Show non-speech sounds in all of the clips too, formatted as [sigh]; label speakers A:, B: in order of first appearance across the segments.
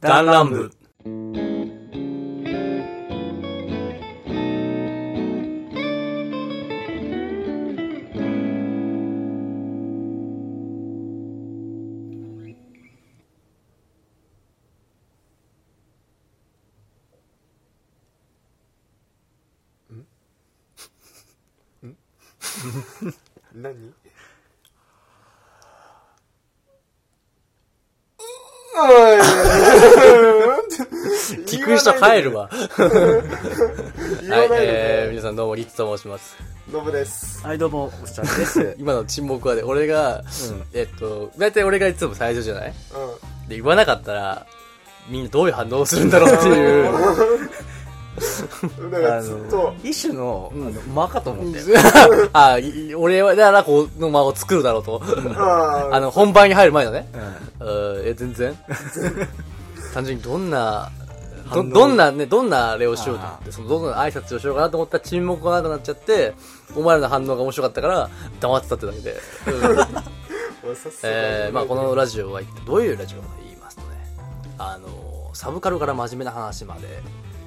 A: 弾丸部。
B: [laughs] 何
A: 聞く人帰るわ。
B: 言
A: はい
B: わ、ない
A: えー、
B: でね
A: 皆さんどうも、リッツと申します。
B: ノブです
C: はい、どうも、おっしゃるです。
A: 今の沈黙はね、俺が、えっと、だいたい俺がいつも最初じゃない
B: うん
A: で、言わなかったら、みんなどういう反応をするんだろうっていう。
B: だからずっと
C: 一種の、あの、間かと思って。
A: [laughs] あ、い俺は、だからこの間を作るだろうと。
B: あ
A: あ
B: あ
A: の、本番に入る前のね。
C: うん。
A: うん、え、全 [laughs] 然。単純にどんな、
C: 反
A: ど、
C: 応
A: どんなね、どんなあれをしようと思っ
C: あ
A: て、その、どんな挨拶をしようかなと思ったら沈黙がなくなっちゃって、お前らの反応が面白かったから、黙ってたってだけ [laughs] で。うんえーまあ、このラジオは一体どういうラジオかと言いますとねあのサブカルから真面目な話まで、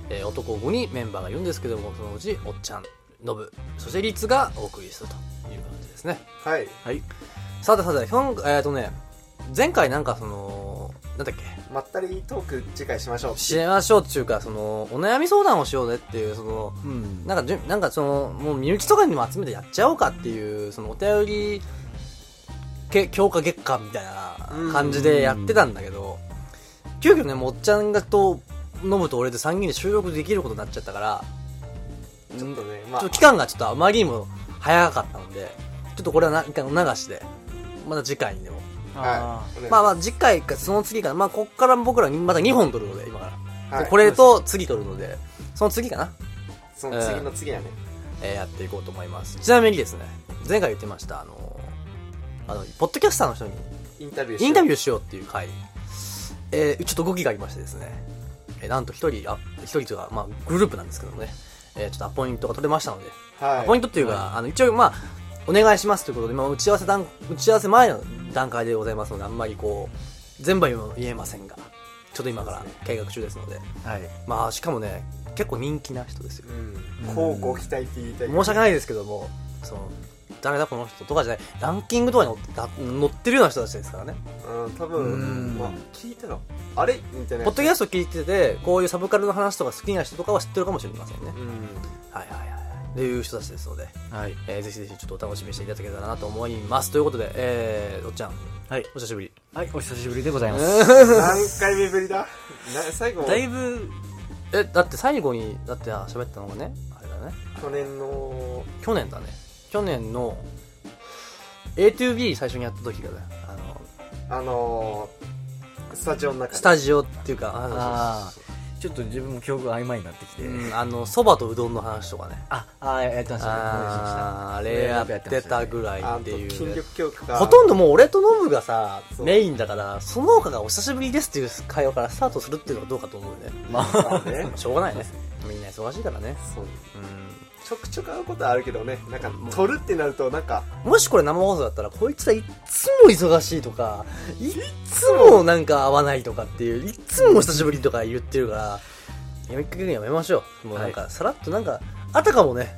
A: えー男5人メンバーがいるんですけどもそのうちおっちゃんノブそしてリツがお送りするという感じですね
B: はい
C: はい。
A: さてさてひょんえっ、とね前回なんかそのなんだっけ
B: まったりトーク次回しましょう
A: しましょうっていうかそのお悩み相談をしようねっていうその
C: うん。
A: なんかじゅなんかそのもう身内とかにも集めてやっちゃおうかっていうそのお便りけ強化月間みたいな感じでやってたんだけど急遽ねもっちゃんがとノブと俺で3人で収録できることになっちゃったから
B: ちょっとねま
A: ちょっと
B: あ
A: 期間がちょっとあまりにも早かったのでちょっとこれはな一回お流しでまた次回にでも
B: は
C: あ
B: いお願いし
A: まあま
B: ま
A: あ次回かその次かなまあこっから僕らまた2本撮るので今から、
B: はい
A: これと次撮るのでその次かな
B: あその次の次やね
A: えーやっていこうと思います。ちなみにですね、前回言ってました、あのーあの、ポッドキャスターの人に
B: インタビューしよう
A: インタビューしようっていう回、えーちょっと動きがありましてですね、えーなんと一人、あ、一人というか、まあ、グループなんですけどもね、えーちょっとアポイントが取れましたので、アポ
B: は
A: イントっていうか、あの、一応、まあ、お願いしますということで、まあ、打ち合わせ段、打ち合わせ前の段階でございますので、あんまりこう、全部は言えませんが、ちょっと今から計画中ですので、
C: あ。はい。
A: まあ、しかもね、結構人気な人ですよ
B: い。うんこうご期待って言いたい
A: 申し訳ないですけどもその誰だこの人とかじゃないランキングとかに載ってるような人たちですからね
B: うん多
C: うん
B: 分まあ聞いたらあれみたいな
A: ポッドキャスト聞いててこういうサブカルの話とか好きな人とかは知ってるかもしれませんね
B: うん
A: はいはいはいっていう人たちですので、
C: はい。
A: えーぜひぜひちょっとお楽しみにしていただけたらなと思いますということで、えー、おっちゃん
C: はい。
A: お久しぶり
C: はい、お久しぶりでございます。
A: [laughs]
B: 何回目ぶりだな最後
C: だいぶ、
A: えだって最後にだってあ喋ったのがねあれだね
B: 去年の
A: 去年だね去年の A2B 最初にやった時がねあの
B: あのースタジオの中で
A: スタジオっていうかあそうそうそう
C: ああ、ちょっと自分も記憶が曖昧になってきて。
A: うん、あの、蕎麦とうどんの話とかね。
C: あ、あーやってましたね。
A: あーあれやってたぐらい
B: あ
A: っ
B: と
A: ていう
B: 筋
A: ね、
B: 力強化
A: ほとん
B: ど
A: どもう俺とノブがさ、
B: そう
A: メインだから、その他がお久しぶりですっていう会話からスタートするっていうのはどうかと思うね。
C: まあ、
B: ね
A: しょうがないね。みんな忙しいからね。
B: そう
A: う
B: ちょくちょく会うことはあるけどねなんか撮るってなるとなんか
A: ん。もしこれ生放送だったら、こいつはいっつも忙しいとか、いっつもなんか会わないとかっていう、いっつもお久しぶりとか言ってるから、やめっかけにやめましょう。もうなんか、さらっとなんか、あたかもね、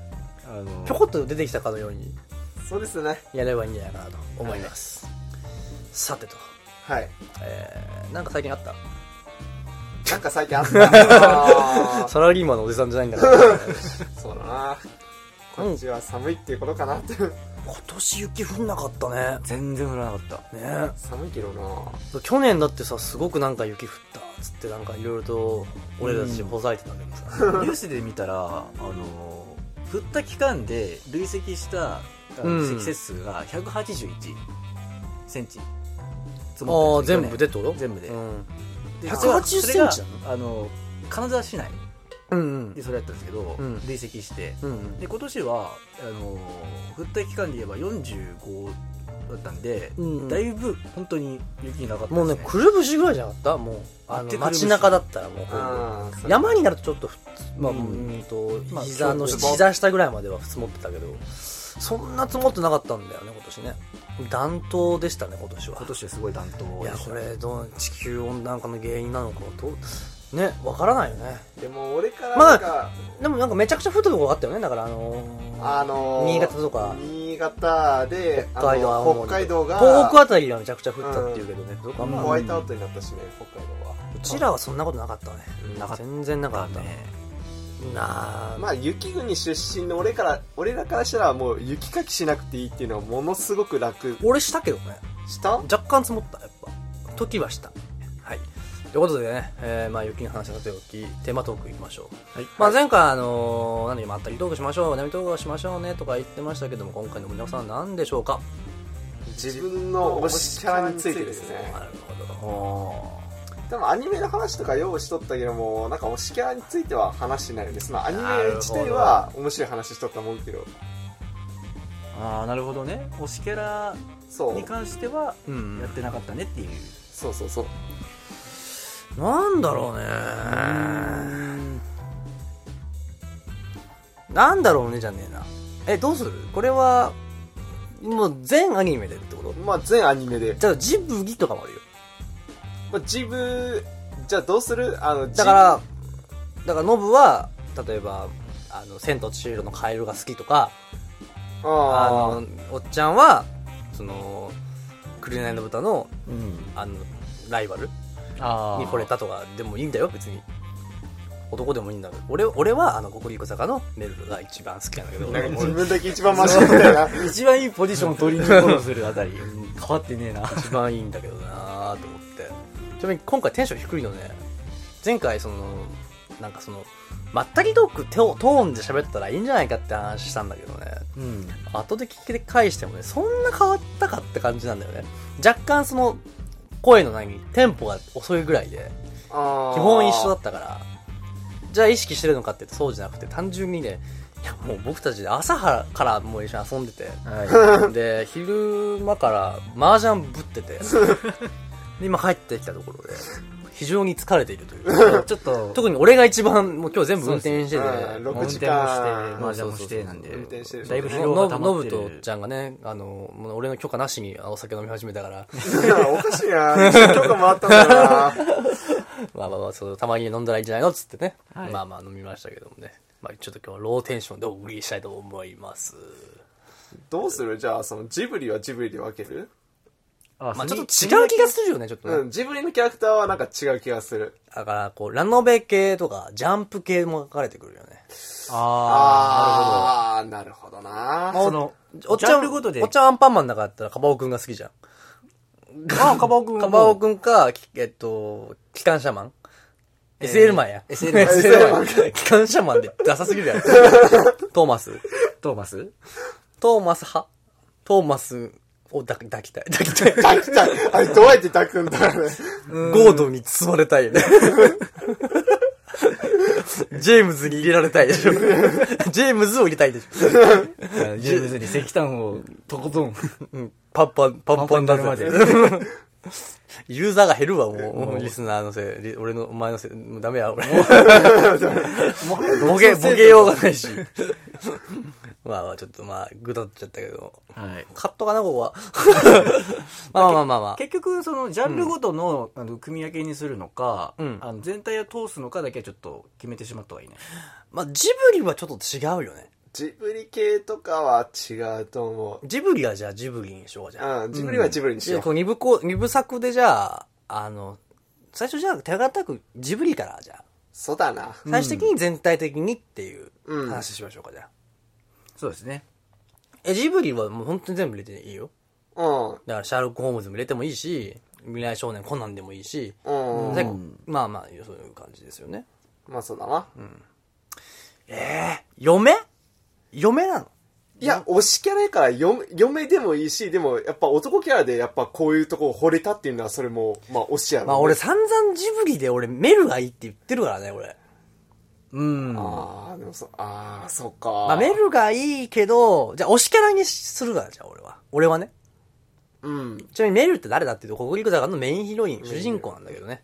C: あの
A: ぴょこっと出てきたかのように。
B: そうですね
A: やればいいんじゃないかなと思います、さてと、
B: はい
A: えー、なんか最近あった
B: なんか最近あったあー
A: サラリーマンのおじさんじゃないんだから
B: [laughs] そうだなこっちは寒いっていうことかなっ
A: [laughs]
B: て
A: 今年雪降んなかったね
C: 全然降らなかった。
A: ね
B: 寒いけどな
A: 去年だってさすごくなんか雪降ったっつってなんかいろいろと俺たち
C: うん
A: ほざいてたけど [laughs] さ、
C: ニュースで見たら、あのー、降った期間で累積したあの
A: うん
C: 積雪数が181センチ積
A: あ
C: も
A: あ
C: った
A: 全
C: んで
A: 部
C: すよ
A: でってこと
C: 全部で
A: うん、
C: で
A: 180
C: それは
A: センチ
C: それが
A: な
C: あの金沢市内
A: うん
C: でそれやったんですけど、
A: うん
C: 累積して
A: うんうん
C: で今年はあのー降った期間で言えば45だったんで、
A: うんうん
C: だいぶ本当に雪なかった
A: も
C: で
A: う
C: す、
A: ね
C: ね、
A: くるぶしぐらいじゃなかったもうあ
C: 行っ
A: の
C: てくるぶし
A: 街中だったらもうほぼ
B: あーそう
A: 山になるとちょっとふつまあ、う
C: うん
A: んと
C: まあ
A: 膝の
C: ちょっと
A: 膝下ぐらいまでは積もってたけどそんな積もってなかったんだよね、今年ね。暖冬でしたね、今年は。
C: 今年はすごい暖
A: い
C: 冬
A: や、
C: でした
A: これ、どう、地球温暖化の原因なのか、どう、ね、わからないよね。
B: でも俺から
A: ま
B: な
A: だ
B: んか、
A: でもなんかめちゃくちゃ降ったところあったよね、だからあのー、
B: あのー、
A: 新潟とか
B: 新潟で
A: 北海道、
B: あ
A: 青
B: の
A: 森と
B: 北海道が
A: 東北あたりがめちゃくちゃ降ったっていうけどね、どこはまあ
B: ホワイトアウトになったしね北海道は
A: うちらはそんなことなかったね。
C: なかった
A: 全然なかった。
C: ね
A: なあ、
B: まあ雪国出身の俺から俺らからしたらもう雪かきしなくていいっていうのはものすごく楽
A: 俺したけどね。
B: した
A: 若干積もった、やっぱ。時はした。はい。ということでね、えー、まあ雪の話はさておき、テーマトークいきましょう。
C: はい
A: まあ、前回、あのー何、まったりトークしましょう、お悩みトークをしましょうねとか言ってましたけども、今回の森永さんは何でしょうか
B: 自分の推しキャラについてですね
A: なるほ
B: 多分アニメの話とか用意しとったけどもなんか推しキャラについては話しないですまあアニメ自体は面白い話しとったと思うけど
C: ああなるほどね推しキャラ
B: そう
C: に関しては
A: ど。うん
C: やってなかったねっていう
B: そうそうそう
A: なんだろうねなんだろうねじゃねえな。え、どうするこれは、もう全アニメでってこと
B: まあ全アニメで、
A: じゃあ、ジブギとかもあるよ。
B: まあ、ジブじゃあどうするあの
A: だから、だからノブは、例えば、あの、千と千尋のカエルが好きとか、
B: ジブ
A: あ
B: あ
A: の、おっちゃんは、その、紅の豚の、
C: うん
A: あの、ライバル
C: あ
A: に惚れたとかでもいいんだよ、別に。男でもいいんだけど。俺、俺は、あの、国立坂のメルルが一番好 [laughs] きなんだけど。
B: なんか自分だけ一番マシみたいな
C: 一番いいポジション取りに行こうとするあたり
A: [laughs]
C: 変わってねえな
A: 一番いいんだけどなーと思ってちなみに今回テンション低いのね前回そのなんかそのまったりトーク手をトーンで喋ったらいいんじゃないかって話したんだけどね
C: うん
A: 後で聞き返してもねそんな変わったかって感じなんだよね若干その声の何テンポが遅いぐらいで基
B: 基
A: 本一緒だったからじゃあ意識してるのかって言うとそうじゃなくて単純にねいやもう僕たち朝からもう一緒に遊んで [laughs] て
C: は
A: で昼間から麻雀ぶっててで今帰ってきたところで非常に疲れているという
C: いちょっと
A: 特に俺が一番もう今日全部運転してて、
B: そうですねうん
C: 運
B: 6時
C: 転
B: 間
C: もして麻雀もしてなんで
B: 運転してる
C: だいぶ疲
A: ノ
C: 労が
A: ブ
C: 溜
A: ノ
C: まっ
A: ブ
C: てる
A: とちゃんがね、あの、もう俺の許可なしにお酒飲み始めたから、
B: おかしいな許可もらったんだからな
A: まあまあまあ、そう、たまに飲んだらいいんじゃないのっつってね、
C: はい
A: まあまあ飲みましたけどもね。まあちょっと今日はローテンションでお送りしたいと思います。
B: どうするじゃあそのジブリはジブリで分ける
C: あ
A: まあちょっ
C: そ
A: と違う気が
C: そ
A: するよね、ちょっとね。
B: うん、ジブリのキャラクターはなんか違う気がする。
A: だから、こう、ラノベ系とか、ジャンプ系も書かれてくるよね。
C: んなあ
B: あー、なるほどな。
C: その
A: おっち
C: ジ
A: ゃ
C: ャ
A: ん、
C: ンルごとで
A: おっちゃんアンパンマンの中だったら、カバオくんが好きじゃん。
C: ーなるほどあカバオ君
A: カバオくんか、きえっと、機関車マン、
C: えー
A: ?SL マンや。
C: SL マ
A: [laughs]
C: ン
A: SL マン。機関車マンでダサすぎ
C: [laughs]
A: るやろ。トーマス。
C: トーマス
A: トーマス派トーマスを抱き抱きたい。抱きたい。
B: 抱きたい。あれ、どうやって抱くんだろうね。
A: ゴードンに包まれたいよ [laughs] ね。ジェームズに入れられたいでしょ。 [laughs] ジェームズを入れたいでしょ。
C: ジェームズに石炭をとこと [laughs] ん
A: うんパンパン、パンパンになるまで
C: パン。
A: [laughs] ユーザーが減るわ、もう。リスナーのせい。リ俺の、お前のせい。もうダメや、俺。 [laughs] ボケ、ボケようがないし。 [laughs] まあまあ、ちょっとまあ、ぐだっちゃったけど。
C: はい
A: カットかな、ここ [laughs] は。まあまあまあまあ。
C: 結局そのジャンルごとの,、あの組み分けにするのか、
A: うん
C: あの全体を通すのかだけはちょっと決めてしまった方がいいね
A: まあ、ジブリはちょっと違うよね。
B: ジブリ系とかは違うと思
A: ジブリはじゃあジブリにしようじゃん。
B: う。うん、ジブリはジブリにし
A: で、
B: よ
A: こう二部こう、二部作でじゃあ、あの、最初じゃあ手堅くジブリから、じゃあ。
B: う。そうだな。
A: 最終的に全体的にっていう
B: うん
A: 話しましょうか、じゃあ。
C: そうですね
A: え、ジブリはもう本当に全部入れていいよ。
B: うん。
A: だから、シャーロック・ホームズも入れてもいいし、未来少年コナンでもいいし、
B: うん。
A: 最後まあまあ、そういう感じですよね。
B: まあ、そうだな。
A: 嫁嫁なの
B: いや、推しキャラやから、よ嫁でもいいし、でも、やっぱ男キャラで、やっぱこういうとこを惚れたっていうのは、それも、まあ、推しやろ、ね。
A: まあ、俺、散々ジブリで俺、メルがいいって言ってるからね、俺。
C: うん
B: ああ、でもそう、ああ、そうか。
A: まあ、メルがいいけど、じゃあ推しキャラにするから、じゃあ俺は。俺はね。
B: うん。
A: ちなみにメルって誰だっていうと、国陸坂のメインヒロイン、主人公なんだけどね。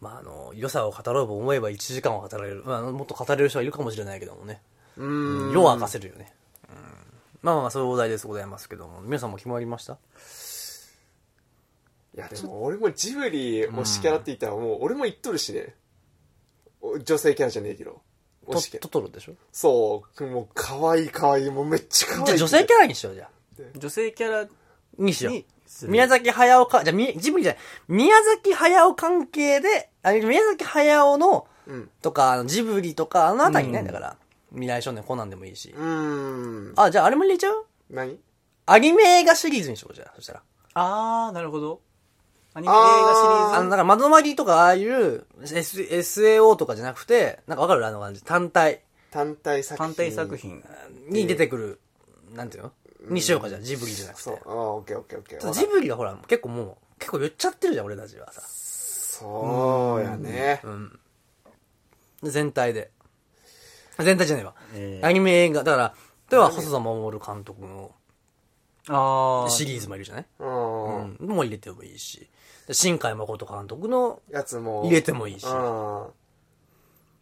A: まあ、あの、良さを語ろうと思えば1時間を語れる。まあ、もっと語れる人はいるかもしれないけどもね。
B: うん。
A: 世を明かせるよね。まあまあ、そういうお題ですございますけども、皆さんも決まりました
B: いや、でも俺もジブリ推しキャラって言ったらもう俺も言っとるしね。お女性キャラじゃねえけど。推
A: ト
B: しキャ
A: ト
B: ラ。
A: トロでしょ
B: そう。もう可愛い可愛い。もうめっちゃ可
A: じゃ
B: 愛
A: あ
B: い。
A: 女性キャラにしよう、じゃあ。
C: 女性キャラ
A: にしよう
C: に。する
A: 宮崎駿か、じゃあ、みジブリじゃない。宮崎駿関係で、あ宮崎駿の、
B: うん。
A: とか、あのジブリとか、あのあたりね、
C: うん
A: だから、未来少年コナンでもいいし
B: う。ーん。
A: あ、じゃああれも入れちゃう
B: 何
A: アニメ映画シリーズにしよう、じゃあ。そしたら。
C: あーなるほどアニメ映
B: あ
C: 画
A: あの、だから、窓まりとか、ああいう、S、SAO とかじゃなくて、なんかわかるあの感じ。単体
B: 単体
C: シリーズ
B: 作
C: 単
B: 品。
C: 体作。品
A: に出てくる、なんていうのにしようか、じゃあ、ジブリじゃなく
B: そう
A: て。。
B: あーオッケーオッケーオッケー。わかっ
A: ジブリはほら、結構もう、結構言っちゃってるじゃん、俺たちはさ。
B: そうやね。
A: うん。全体で。全体じゃねえわ。
C: えー
A: アニメ映画、だから、例えば細田守監督の
C: あ
A: シ
C: ー
A: リーズもいるじゃない
B: うん。
A: うん。もう入れてもいいし。で新海誠監督の
B: やつも。
A: 入れてもいいし。
B: うん。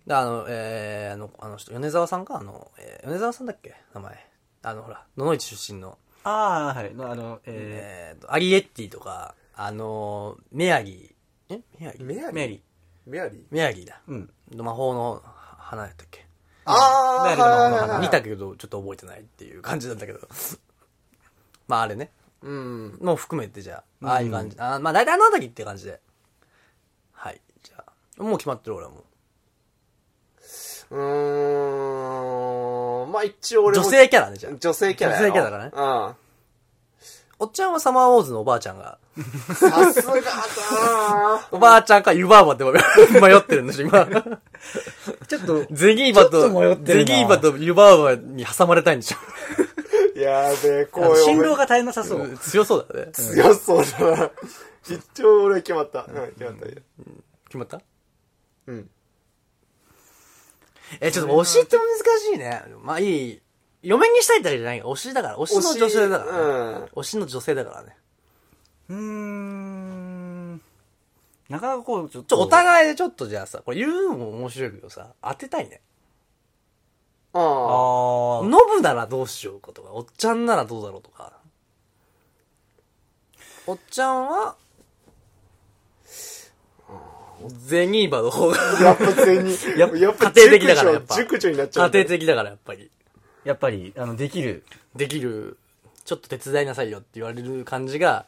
A: であの、えー、あの、あの人、米沢さんかあの、えー米沢さんだっけ名前。あの、ほら、野々市出身の、
C: あーはいのあのえ
A: えーと、アリエッティとか、あの、メアリー、えメアリー
B: メア
C: ー
B: リー
C: メリ
B: メアリー
A: メアリーだ。
C: ーうん
A: の魔法の花やったっけ
B: あ
C: メアリーの
B: はい
C: 方の
B: はい
C: 花
B: はい
A: 見たけど、ちょっと覚えてないっていう感じなんだけど。 [laughs] まあ、あれね。
B: うん。
A: もう含めて、じゃあ、ああいう感じ。あーまあ、大体あのあたりっていう感じで。はい。じゃあ、もう決まってる俺はもう。
B: うーん。まあ一応俺
A: 女
B: も。
A: 性キャラね、じゃあ。
B: 女性キャラやろ
A: 女性キャラだ
B: うん。
A: おっちゃんはサマーウォーズのおばあちゃんが、
B: さすがだな
A: おばあちゃんか湯婆婆って [laughs] 迷迷ってるんでしょ、今。
C: ちょっと
A: ゼギーバ
C: ちょっと迷っ
A: と、
C: てる
A: ゼギ
C: な
A: ーバと湯婆婆に挟まれたいんでしょ。
B: やべえ、こうよ。
C: 振動が足りなさそ
A: [laughs]
C: う
A: 強そうだね。
B: 強そうだな。一応俺決まった。うん、決まった。
A: 決まった
B: うん。
A: え、ちょっと推しって難しいね。まあいい。嫁にしたいってわけじゃないけど推しだから、推しの女性だから、ね
B: 推し
A: 推しの女性だからね。
C: うーんなかなかこうちょっ
A: ちょ、
C: と
A: お互いでちょっとじゃあさ、これ言うのも面白いけどさ、当てたいね。
B: ああ。
C: ああ
A: ノブならどうしようかとか、おっちゃんならどうだろうとか。おっちゃんは、ゼニーバの方が
B: やっぱ全に。
A: やっぱ家庭的だからやっぱ
B: 熟女になっち
A: 家庭
B: ゃう。的。
A: 的だからやっぱり。
C: やっぱりあのできる
A: できる、ちょっと手伝いなさいよって言われる感じが、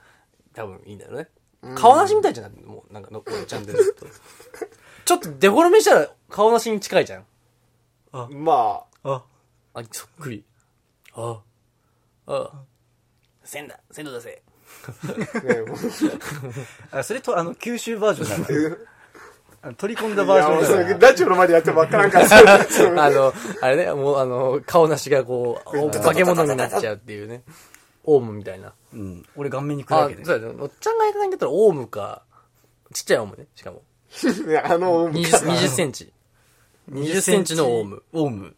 A: 多分いいんだよね。顔なしみたいじゃないもうなんかの、おっちゃんでずっと。ちょっとデフォルメしたら顔なしに近いじゃん。
B: ま
C: あ
A: あ、そっくり。ああ。ああ。せんだ、せんだ出
C: [laughs]
A: せ。
B: あ。ねもう
C: あそれとあの九州バージョンだから
B: い
C: あの [laughs] 取り込んだバー
B: や、
C: ジョ
B: も
C: ン
B: う
C: だ
B: そ
C: から
B: れラジオの前でやってもわからんから。そう
A: あの、あれね、もうあの、顔なしがこう、お化け物になっちゃうっていうね。オウムみたいな。
C: うん、俺顔面に来る
A: あ
C: わけ、ね
A: そうだね。おっちゃんがいかないんだったらオウムか、ちっちゃいオウムね、しかも。
B: ねあの、
A: 20, 20センチ。20センチのオウム。
C: オウム、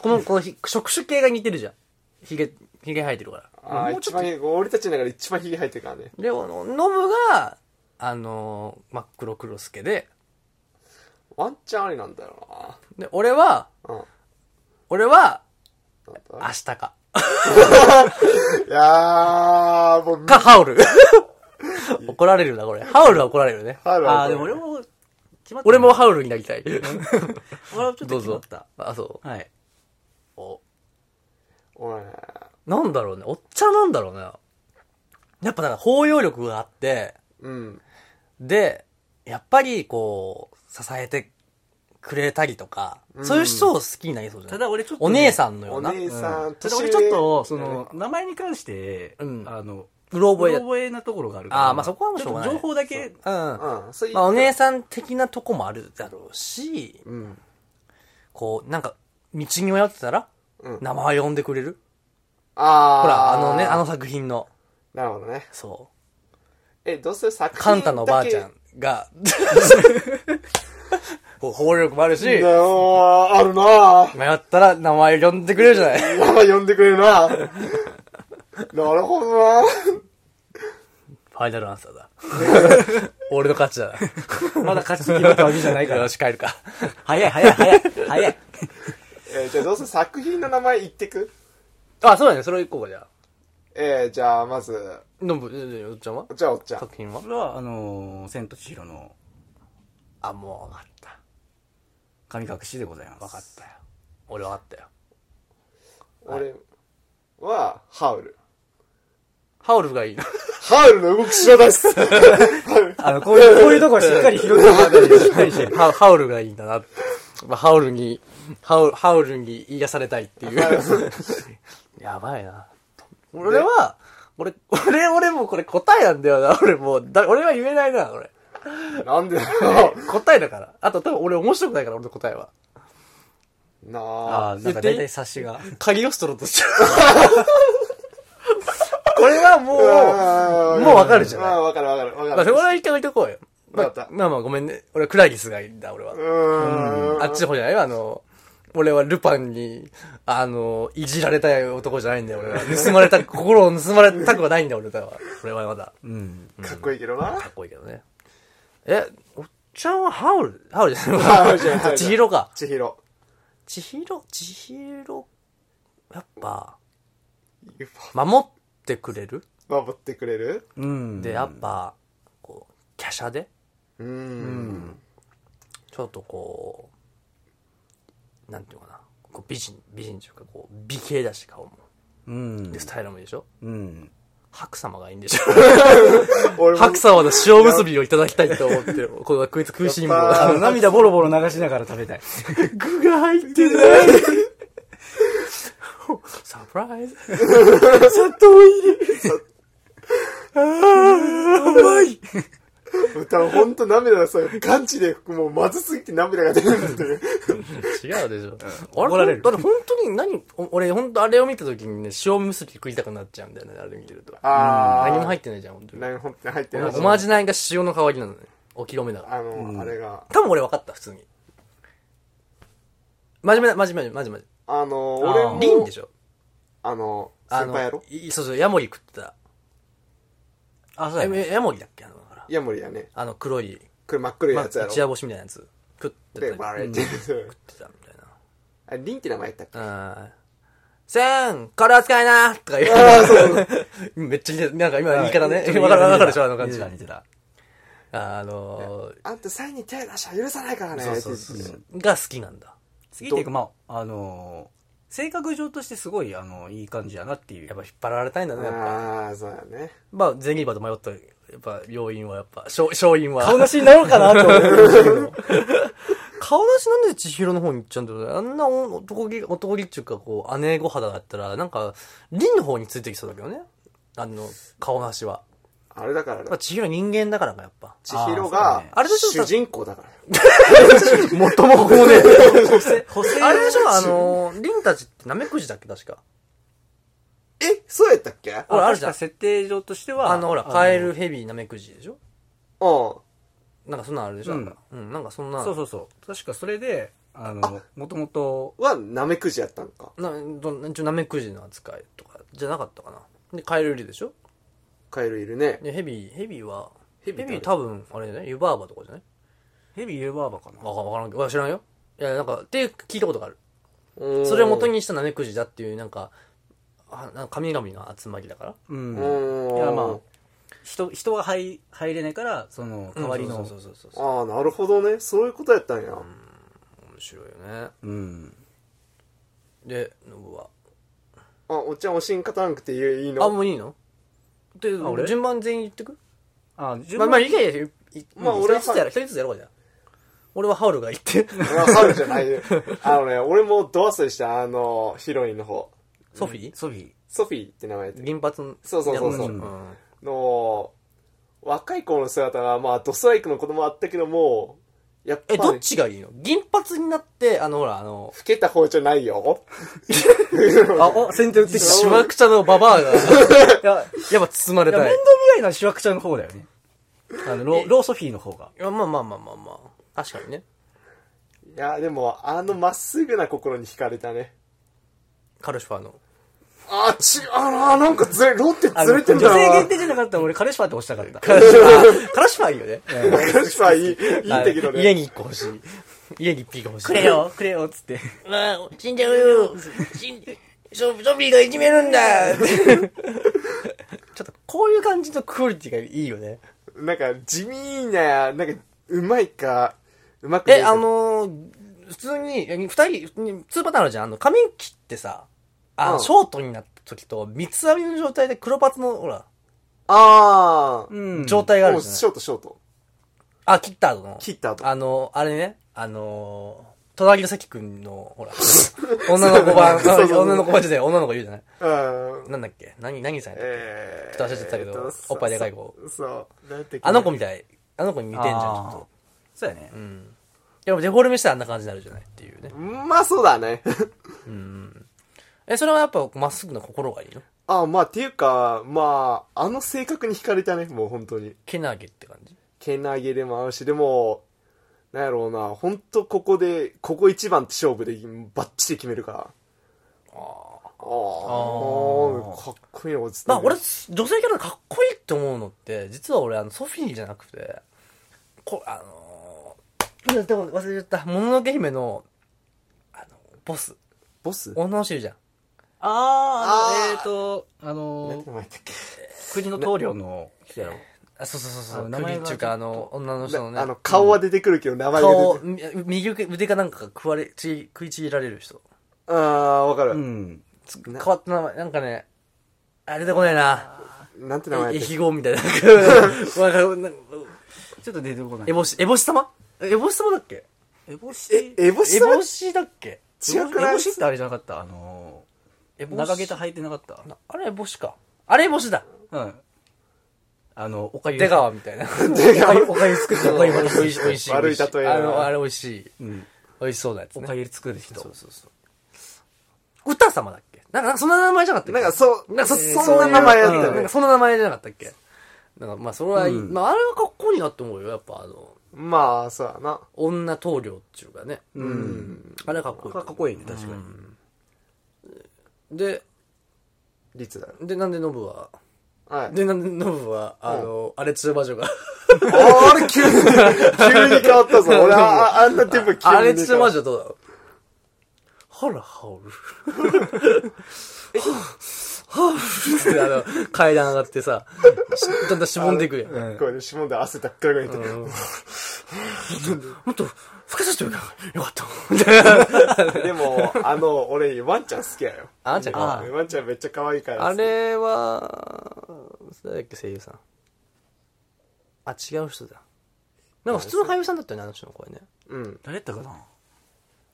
A: この、このひ、触手系が似てるじゃん。ひげ、ひげ生えてるから。
B: ああ、一番、俺たちの中で一番ヒゲ生えてるからね。
A: で、この、ノブが、あのー真っ黒黒助で、
B: ワンチャンありなんだよ
A: で、俺は、
B: な。うん。
A: 俺は、
B: なんだ
A: 明日か。
B: いやー、もう、
A: か、ハウル。怒られるな、これ。ハウルは怒られるね。
B: ある
C: あ
B: あ
C: あ
B: る
C: でも俺も決まった
A: 俺もハウルになりたい。
C: 俺はちょ
A: ど
C: っ
A: う
C: と決ま
A: ぞ
C: った。
A: あ、そ
C: はい。
A: う。お
B: おい
A: なんだろうね。おっちゃんなんだろうね。やっぱなんか包容力があって、
B: うん。
A: で、やっぱりこう、支えてくれたりとか、そういう人を好きになりそうじゃない
C: ただ俺ちょっとね
A: お姉さんのよ
B: お
A: うな、
B: 姉さん、
C: た
B: 年
C: だ
B: 上
C: 俺ちょっと、その、名前に関して、
A: うん
C: あの、
A: うろ覚えだ
C: うろ覚えなところがある
A: あーまあそこはもうしょうがない
C: ちっと情報だけ、
A: うん。
B: うん、そういう。
A: まあお姉さん的なとこもあるだろうし、
B: うん。
A: こう、なんか、道に迷ってたら、
B: うん
A: 名前呼んでくれる
B: あー。
A: ほら、あのね、あの。作品の、
B: なるほどね。
A: そ
B: え、どうせ作
A: う、
B: 品
A: カンタのおばあちゃ
B: だ
A: んが、こう、包容力もあるし、
B: け。い
A: 迷
B: やーあるな
A: ったら名前呼んでくれるじゃない
B: ぁ。名前呼んでくれるななるほ [laughs] どな
A: ファイナルアンサーだ。 [laughs] 俺の勝ちだな。 [laughs]
C: まだ勝ちに決まったわけじゃないから
A: よ。し、帰るか。
C: [laughs] 早い早い早い早い。
B: えーじゃあどうせ作品の名前言ってく
A: あ、そうだね。それ行こうか、じゃあ。
B: えー、じゃあ、まず、
A: のぶ、えおっちゃんは
B: じゃあ、おっちゃん。
A: 作品は
C: これは、あのー、千と千尋の
A: あ、もう分かった。
C: 神隠しでございます。
A: 分かったよ。俺分かったよ。
B: 俺は、ハウル。
A: ハウルがいいな。
B: ハウルの動き知らないっす。
C: あの、こういう、こういうとこしっかり拾ってもらったりしっかりし
A: [laughs]
C: て。
A: ハハウルがいいんだなって。まあハウルに、ハウル、ハウルに癒されたいっていう。 [laughs] やばいな。俺は、俺、俺、俺もこれ答えなんだよな。俺もう、だ俺は言えないな、俺。
B: [laughs] なんでだろ
A: 答えだから。あと多分俺面白くないから、俺の答えは。
B: う。なあ。
C: [laughs] ああ、なんか大体察しが。
A: カリオストロと [laughs] しちゃう。これはもう、もうわかるじゃない
B: まあ、わかるわかるわ
A: う、ま
B: か
A: あ、そ
B: る。
A: れは一回置いとこうよ。ま
B: わか
A: あ
B: っ、た
A: まあまあごめんね。俺はクラギスがいいんだ、俺は
B: う。ーん。
A: あっちの方じゃないよ、あの、俺はルパンに、あの、いじられたい男じゃないんだよ、俺は。盗まれた、心を盗まれたくはないんだよ、俺は。俺はまだ。
C: うん。
B: かっこいいけどな。
A: かっこいいけどね。え、おっちゃんはハウルハウルじゃない
B: ハウルじゃないハウルじゃない
A: 千尋か。
B: 千尋。
A: 千尋、千尋、やっぱ、守ってくれる
B: 守ってくれる
C: うん。
A: で、やっぱ、こう、華奢で、
B: うーん。
A: ちょっとこう、なんていうのかな。こう美人、美人というか、こう、美形だし、顔も。
C: うん
A: で、。スタイルもいいでしょ
C: うん。
A: 白様がいいんでしょ [laughs]
B: 俺も
A: 白、様の塩結びをいただきたいと思ってる。 [laughs] この食いつ食いしん坊
B: やっぱ
A: が。
C: あの、涙ボロボロ流しながら食
A: [laughs]
C: べたい。
A: 具が入って [laughs] ない。サプライズ。 [laughs] 砂糖入り。あ [laughs] ーうまい。
B: 歌うほんと涙がさ、ガンチで、もうまずすぎて涙が出るんだっていう。
A: [laughs] 違うでしょ。
C: 怒られる
A: だって本当に何、お俺本当あれを見た時にね、塩結び食いたくなっちゃうんだよね、あれ見てると。
B: あー。
A: 何も入ってないじゃん、本当に。
B: 何も入って入ってない。
A: おまじないが塩の代わりなのね。お清めだから。
B: あの、あれが、
A: 多分俺分かった、普通に。真面目な、真面目、真面目。
B: あの、
C: あー
B: 俺も、
A: リンでしょ
B: あの、
A: あ
B: 先
A: の
B: 輩やろ
A: いそうそう、ヤモリ食ってた。
C: あ、そう
A: え
C: やね。
A: えヤモリだっけあの、だから
B: いや、森やね。
A: あの黒い、
B: これ真っ黒い
A: ま
B: やつや
A: あ、
B: ろ。
A: 一夜干しみたいなやつ。食ってた。
B: で、
A: 食
B: バレてる。
A: ってたみたいな。
B: [laughs] あ、リンって名前やったっけ
A: うん。せんこれは使いなとか言う。めっちゃ似てるなんか今言い方ね。
C: ちょっと
A: わかるわかるでしょあの感
C: 似
A: じ。
C: てた
A: あ
C: 似てた。
A: あの
B: あんたサインに手出しゃ許さないからね。
A: そうそう
B: って言っ
A: ー、が好きなんだ。
C: 次っていうか、まあ、あのー、性格上としてすごい、あの、いい感じやなっていう。
A: やっぱ引っ張られたいんだ
B: て
A: ね、やっぱ。
B: ああー、そうやね。
A: まあ、ゼニーバと迷った、やっぱ、要因はやっぱ、勝勝因は。
C: 顔なしになろうか [laughs] なと思ってましたけど。
A: 顔なしなんで千尋の方に行っちゃうんだろうね。あんな男気、男気っていうか、こう、姉御肌だったら、なんか、凛の方についてきそうだけどね。あの、顔なしは。
B: あれだからね
A: やっぱ。千尋人間だからか、やっぱ。
B: 千尋
C: あーそう
B: が
C: ね、
A: あれでしょ
B: 主人公だから。
A: もっともこもね。
C: 補正
A: あれでしょ、あの、凛たちってナメクジだっけ、確か。
B: え、そうやったっけうん。
A: ほらあ
C: あ
A: る
C: る
A: じ
C: じ
A: ゃん
C: ゃん。設定上としては。
A: あの、ほら、カエル、ヘビ、ナメクジでしょなんかそんなんあるでしょ、
C: うん
A: うん、なんかそん
C: あ
A: な。
C: の。そうそうそう。確かそれで、あの、もともと、
B: は、ナメクジやったんか。
A: などん一応ナメクジの扱いとか、じゃなかったかな。で、カエルいるでしょ
B: カエルいるね。
A: で、ヘビ、ヘビは、ヘ
B: ヘビ
A: ビ
B: ってあ
A: 多
B: る
A: 分、あれじゃないユバーバとかじゃない
C: ヘビユーバーバかな。
A: わかわからんけど、わ知らんよ。いや、なんか、って聞いたことがある。
B: そ
A: それを元。にしたナメクジだっていう、なんか、あなんか神々の集まりだから。
C: うん。
B: う
C: い
B: ーん。
C: や、まあ、人、人が入、入れないから、その、代わりの。
A: うんそうそうそうそう。
B: ああ、なるほどね。そういうことやったんや。
A: 面白いよね。
C: うん。
A: で、ノブは。
B: あ、おっちゃんおしんかたんくていいの
A: あ、もういいので
C: あ俺、
A: 順番全員言ってく
C: あ、順
A: まあ、
C: 番、
A: まあ、いやいやいや、い
B: まあ
A: うん
B: 俺は
A: 一人ずつやろう、一人ずつやろうじゃん。俺はハウルが言って、
B: 俺はハウルじゃないよ。 [laughs] あのね、俺もドアスでした、あの、ヒロインの方。
A: ソフィー
C: ソフィー。
B: ソフィーって名前
A: 銀髪の。
B: そうそうそうそう
A: うん
B: の、若い子の姿が、まあ、ドストライクの子供あったけども、やっぱ
A: え、
B: り、
A: どっちがいいの銀髪になって、あの、ほら、あの、
B: 老けた方じゃないよ。
C: あ、お、先手打ってき。
A: したわくちゃのババアが、
C: いや、
A: やっぱ包まれ
C: いや、
A: た
C: 面
A: い
C: 倒。見合いなシワクちゃんの方だよね。あの、ロー、ローソフィーの方が。
A: いや、まあまあまあまあまあ。確かにね。
B: いや、でも、あのまっすぐな心に惹かれたね。
A: カルシファーの。
B: あ、ち、あら、なんかずれ、ロって
C: あ
B: ず
C: の
B: れてん
C: 女
B: だ
C: 性
B: な。
C: 限定じゃなかったら俺、彼氏ファーって押したかった。
A: カルシファー、カルシファーいいよね。
B: ガ [laughs] ルシファーいい、いいんだけど
A: あの家
B: ね。
A: に1個欲しい。家に1匹欲しい。
C: くれ。よ、くれよ、つって。
A: ああ、死んじゃうよ。死ん、
D: ショショビーがいじめるんだ
A: [laughs]
D: って
A: ちょっとこういう感じのクオリティがいいよね。
B: なんか、地味な、なんか、うまいか、うまくない
A: え、
B: か
A: あのー普通に、え二人、普通にツーパターンあるじゃん。あの、髪切ってさ、あ、
B: うん
A: ショートになった時と、三つ編みの状態で黒髪の、ほら、
B: あ
C: うん
A: 状態が
B: あ。
A: あ
B: も
A: る
B: う、
A: じゃない、
B: ショート、ショート。
A: あ、切った後の。
B: 切った後
A: あの、あれね、あのー、戸田木咲くんの、ほら、 [laughs] 女の子版、
B: そうそうそう
A: 女の子版じゃない、女の子言うじゃない
B: うん。
A: なんだっけ何、何さんやったっけ
B: え
A: ちょっと忘れちゃったけどおっぱいでかい子。
B: えーとそうそう。なんて
A: あの子み
B: たい
A: たい。あの子に似てんじゃん、ちょっと。
C: そうやね
A: う。ん。でもデフォルメしたらあんな感じになるじゃないっていうね。
B: まあ、そうだね。 [laughs]
A: うん。え、それはやっぱまっすぐな心がいいの
B: あまあ、っていうか、まあ、あの性格に惹かれたね、もう本当に。
A: けなげって感じ。
B: けなげでもあるし、でも、なんやろうな、本当ここで、ここ一番って勝負でバッチリ決めるから。ああー。かっこいいのがずっと
A: まあ俺、女性キャラかっこいいって思うのって、実は俺あの、ソフィーじゃなくて、こ、あのー、うんでも忘れちゃった。もののけ姫の、あの、ボス。
B: ボス
A: 女の人いるじゃん。
B: あー
C: あー、あのえっ、ー、と、あ
B: 何
C: の
B: て、名前だっけ
C: 国の棟梁の人やろ。
A: あ、そうそうそう
C: あ
A: そう。
C: 名前
A: 国
C: が
A: っていうか、あの、女の人のね。
B: あの、顔は出てくるけど、名前が出て
A: 顔
B: く、
A: み
B: る。
A: 右腕かなんかが食われ、ち食いちぎられる人。
B: ああ、わか
C: う
B: る。
C: ん。
A: つ変わった名前、なんかね、あれでこないな。
B: なんて名前
A: え
B: だ
A: え
B: っけ
A: ひごみたいな。わかるなんか
C: ちょっと出てこない
A: え。ぼし、えぼし様ええぼし様だっけ
C: えぼ
B: え
C: し、
B: エボシ
A: え
B: 様
A: ぼしだっけ
B: 違くない
C: えぼしってあれじゃなかったあの
A: え
C: ー、長げた履いてなかった
A: あれえぼしか。あれえぼしだ。
C: うん。あの、おかゆ。
A: 出川みたいな。
B: 出川
A: おかゆ作っておかゆおいしい。おいしい。
B: 悪い例えだな
A: あの、あれおいしい。
C: うん。
A: おいしそうなやつ
C: お
A: ね
C: か。ゆ作る人。
A: そうそうそう。歌様だっけなんか、なんかそんな名前じゃなかったっ
B: な
A: け
B: んか、そう、
A: なんかそ、
B: そ
A: そ
B: ん
A: んな
B: な名
A: 名
B: 前
A: 前
B: や
A: や
B: っ
A: ったた
B: よ
A: よ
B: ね
A: ね。なんかそんな名前じゃなかったっけなんか、まあ、それはいい。
C: うん
A: まあ、あれはかっこいいなって思うよ。やっぱ、あの、
B: まあ、そうやな。
A: 女棟梁っていうかね。
C: うん。
A: あれはかっこいい。
C: かっこいいね、確かに。
A: で、
B: 律だよ。
A: で、なんでノブは、 [laughs]
B: はい。
A: で、なんでノブは、あの、あれ中魔女が、
B: [laughs] ああれ、急に、急に変わったぞ。俺、ああんなテンポ急に変
A: [laughs]
B: わ
A: あ
B: った。
A: れ中魔女どうだろうハラハ
C: [laughs]
A: ル。えはぁ、はぁ、ってあの、階段上がってさ、しだんだんしぼんでいくやん。も
B: これで指紋で汗だっくらかいて。
A: っと、吹かさせておいたらよかっ
C: [laughs]
A: た。みたいな。[laughs]
B: でも、あの、俺、ワンちゃん好きやよ。
A: あんちゃん
C: あ
A: か。
B: ワンちゃんめっちゃ可愛いから。
A: あれは、誰だっけ声優さん。あ、違う人だ。なんか普通の俳優さんだったよね、あの人の声ね。
B: うん。
C: 誰やったかな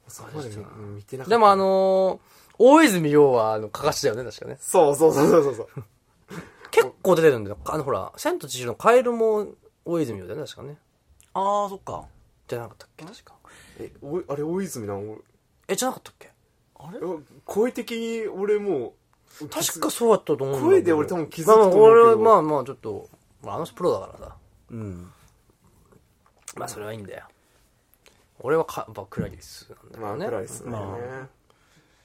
B: そこまでうん見てなかった。
A: でもあ、のー、大泉洋は、あの、かかしだよね、確かね。
B: そうそうそうそうそう。
A: 結構出てるんだよ。あの、ほら、千と千尋のカエルも大泉洋だよね、確かね。
C: あー、そっか。
A: じゃなかったっけ確か。
B: え、おあれ、大泉なの
A: え、じゃなかったっけ
B: 声的に俺もう、
A: 確かそうだったと思うんだけど
B: 声で俺多分気づくと
A: まあ
B: 思うけど
A: 俺はまあまあ、ちょっと、まああの人プロだからさ。
C: うん。
A: まあ、それはいいんだよ。俺はか、やっぱクラリスなんだ
B: まあ、
A: よね。
B: 暗いっすね。
C: ま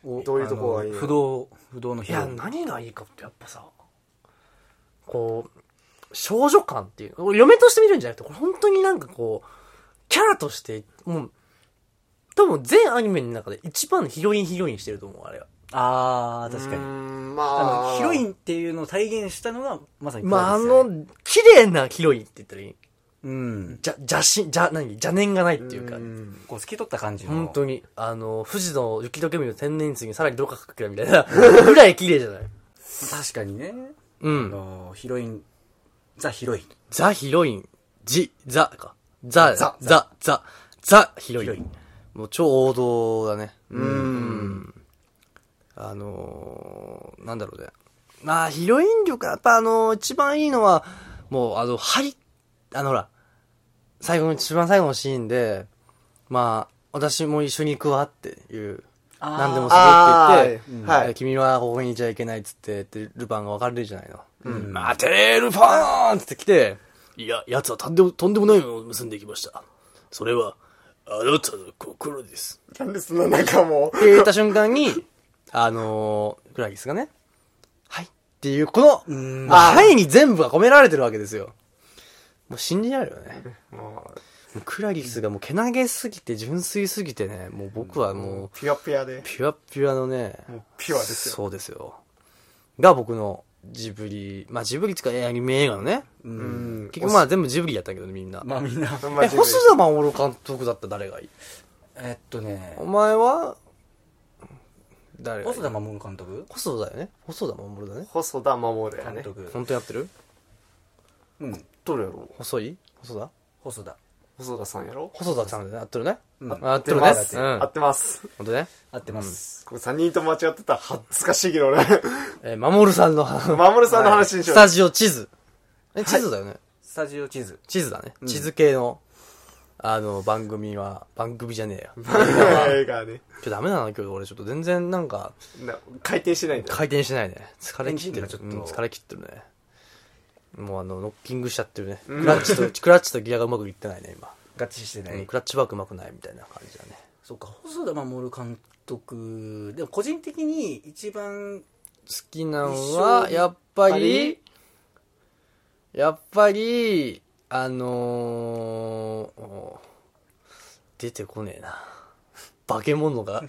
C: お
B: どういうとこがいい
C: あ
B: の
C: の不動、不動の
A: い
C: ヒ
A: や、
C: ロイン
A: 何がいいかってやっぱさ、こう、少女感っていう、俺嫁として見るんじゃなくて、これ本当になんかこう、キャラとして、もう、多分全アニメの中で一番ヒロインヒロインしてると思う、あれは。
C: あー、
B: う
C: 確かに。
B: ん、ま
C: あ
B: あ。
C: の、ヒロインっていうのを体現したのが、まさに。
A: まあ、あ
C: プライドですよね、
A: の、綺麗なヒロインって言ったらいい。
C: うん。
A: じゃ、邪神、じゃ、何邪念がないっていうか
B: う、ん。
C: こう、透き通った感じの。
A: 本当に、あの、富士の雪解け水の天然水にさらに泥かかけるみたいな、 [laughs] ぐらい綺麗じゃない
C: 確かにね。
A: う
C: あ
A: ん。
C: の、ヒロイン、ザ・ヒロイン。
A: ザ・ヒロイン、ジ、ザか。ザ、
C: ザ
A: ザ、ザ、ザ、ザヒロイ
C: ヒロイ
A: ン
C: ン。
A: もう超王道だね。うんあのー、なんだろうね。まあ、ヒロイン力、やっぱあのー一番いいのは、もう、あの、針、あの、ほら、最後の、一番最後のシーンで、まあ、私も一緒に行くわっていう、
C: あー
A: 何でもする
B: あ
A: っ
B: ー
A: て言って、
B: はい
A: えー君はここにいちゃいけないっつって、ってルパンが分かるじゃないの。
C: ん
A: 待てルパンっつって来て、いや、奴はとんでもとんでもないものを結んできました。それは、あな
B: [laughs]
A: たの心です。
B: なんでそんななんかも
A: って言った瞬間に、あのー、クラギスがね、はいっていう、この、もうはいに全部が込められてるわけですよ。もう信じられるよね。
B: う、も
A: クラリスがもうけなげすぎて純粋すぎてねもう僕はもう
E: ピュアピュアで。
A: ピュアピュアのね
E: もうピュアですよ
A: そうですよが僕のジブリまあジブリっていうかアニメ映画のね
B: うん
A: 結局まあ全部ジブリやったけどねみんな、
C: まあみんな。
B: まあ
A: え
B: ジブリ
A: 細田守監督だったら誰がいい
C: えっとね
A: お、前は誰がいい
C: 細田守監督
A: 細田だよね細田守だね
B: 細田守だよ
C: 監
B: ね。
C: 督。
A: 本当やってる
C: うん、
B: どれやろ
A: 細い細田
C: 細田。
B: 細田さんやろ
A: 細田さんだよね合ってるね
C: うん
A: 合って
B: 合
A: る
B: って
A: ね
B: ます。
A: うん
B: 合ってます。
A: 本当ね
C: 合ってます。
B: これ3人と間違ってたら恥ずかしいけど俺。
A: えー守さんの
B: 守さんの話にし
A: ス
B: よ
A: タジオ地図。え、地図だよね。
C: スタジオ地図。
A: 地図だね。地図系の、あの、番組は、番組じゃねえよ。
C: [laughs]
B: う。映画ね。
A: 今日ダメだな、今日俺ちょっと全然なんか、
B: な回転してないんだよ。
A: 回転してないね。疲れ切ってる。
C: エンジンがちょっと
A: うん疲れ切ってるね。もうあの、ノッキングしちゃってるね。クラッチと、クラッチとギアがうまくいってないね、今。
C: 合致してな
A: うん
C: い。
A: クラッチバークうまくないみたいな感じだね。
C: そっか、細田守監督、でも個人的に一番、
A: 好きなの
C: 一
A: は、
C: 生
A: やっぱ
C: あ
A: り
C: り、
A: やっぱり、あのー、お出てこねえな。化け物が。っ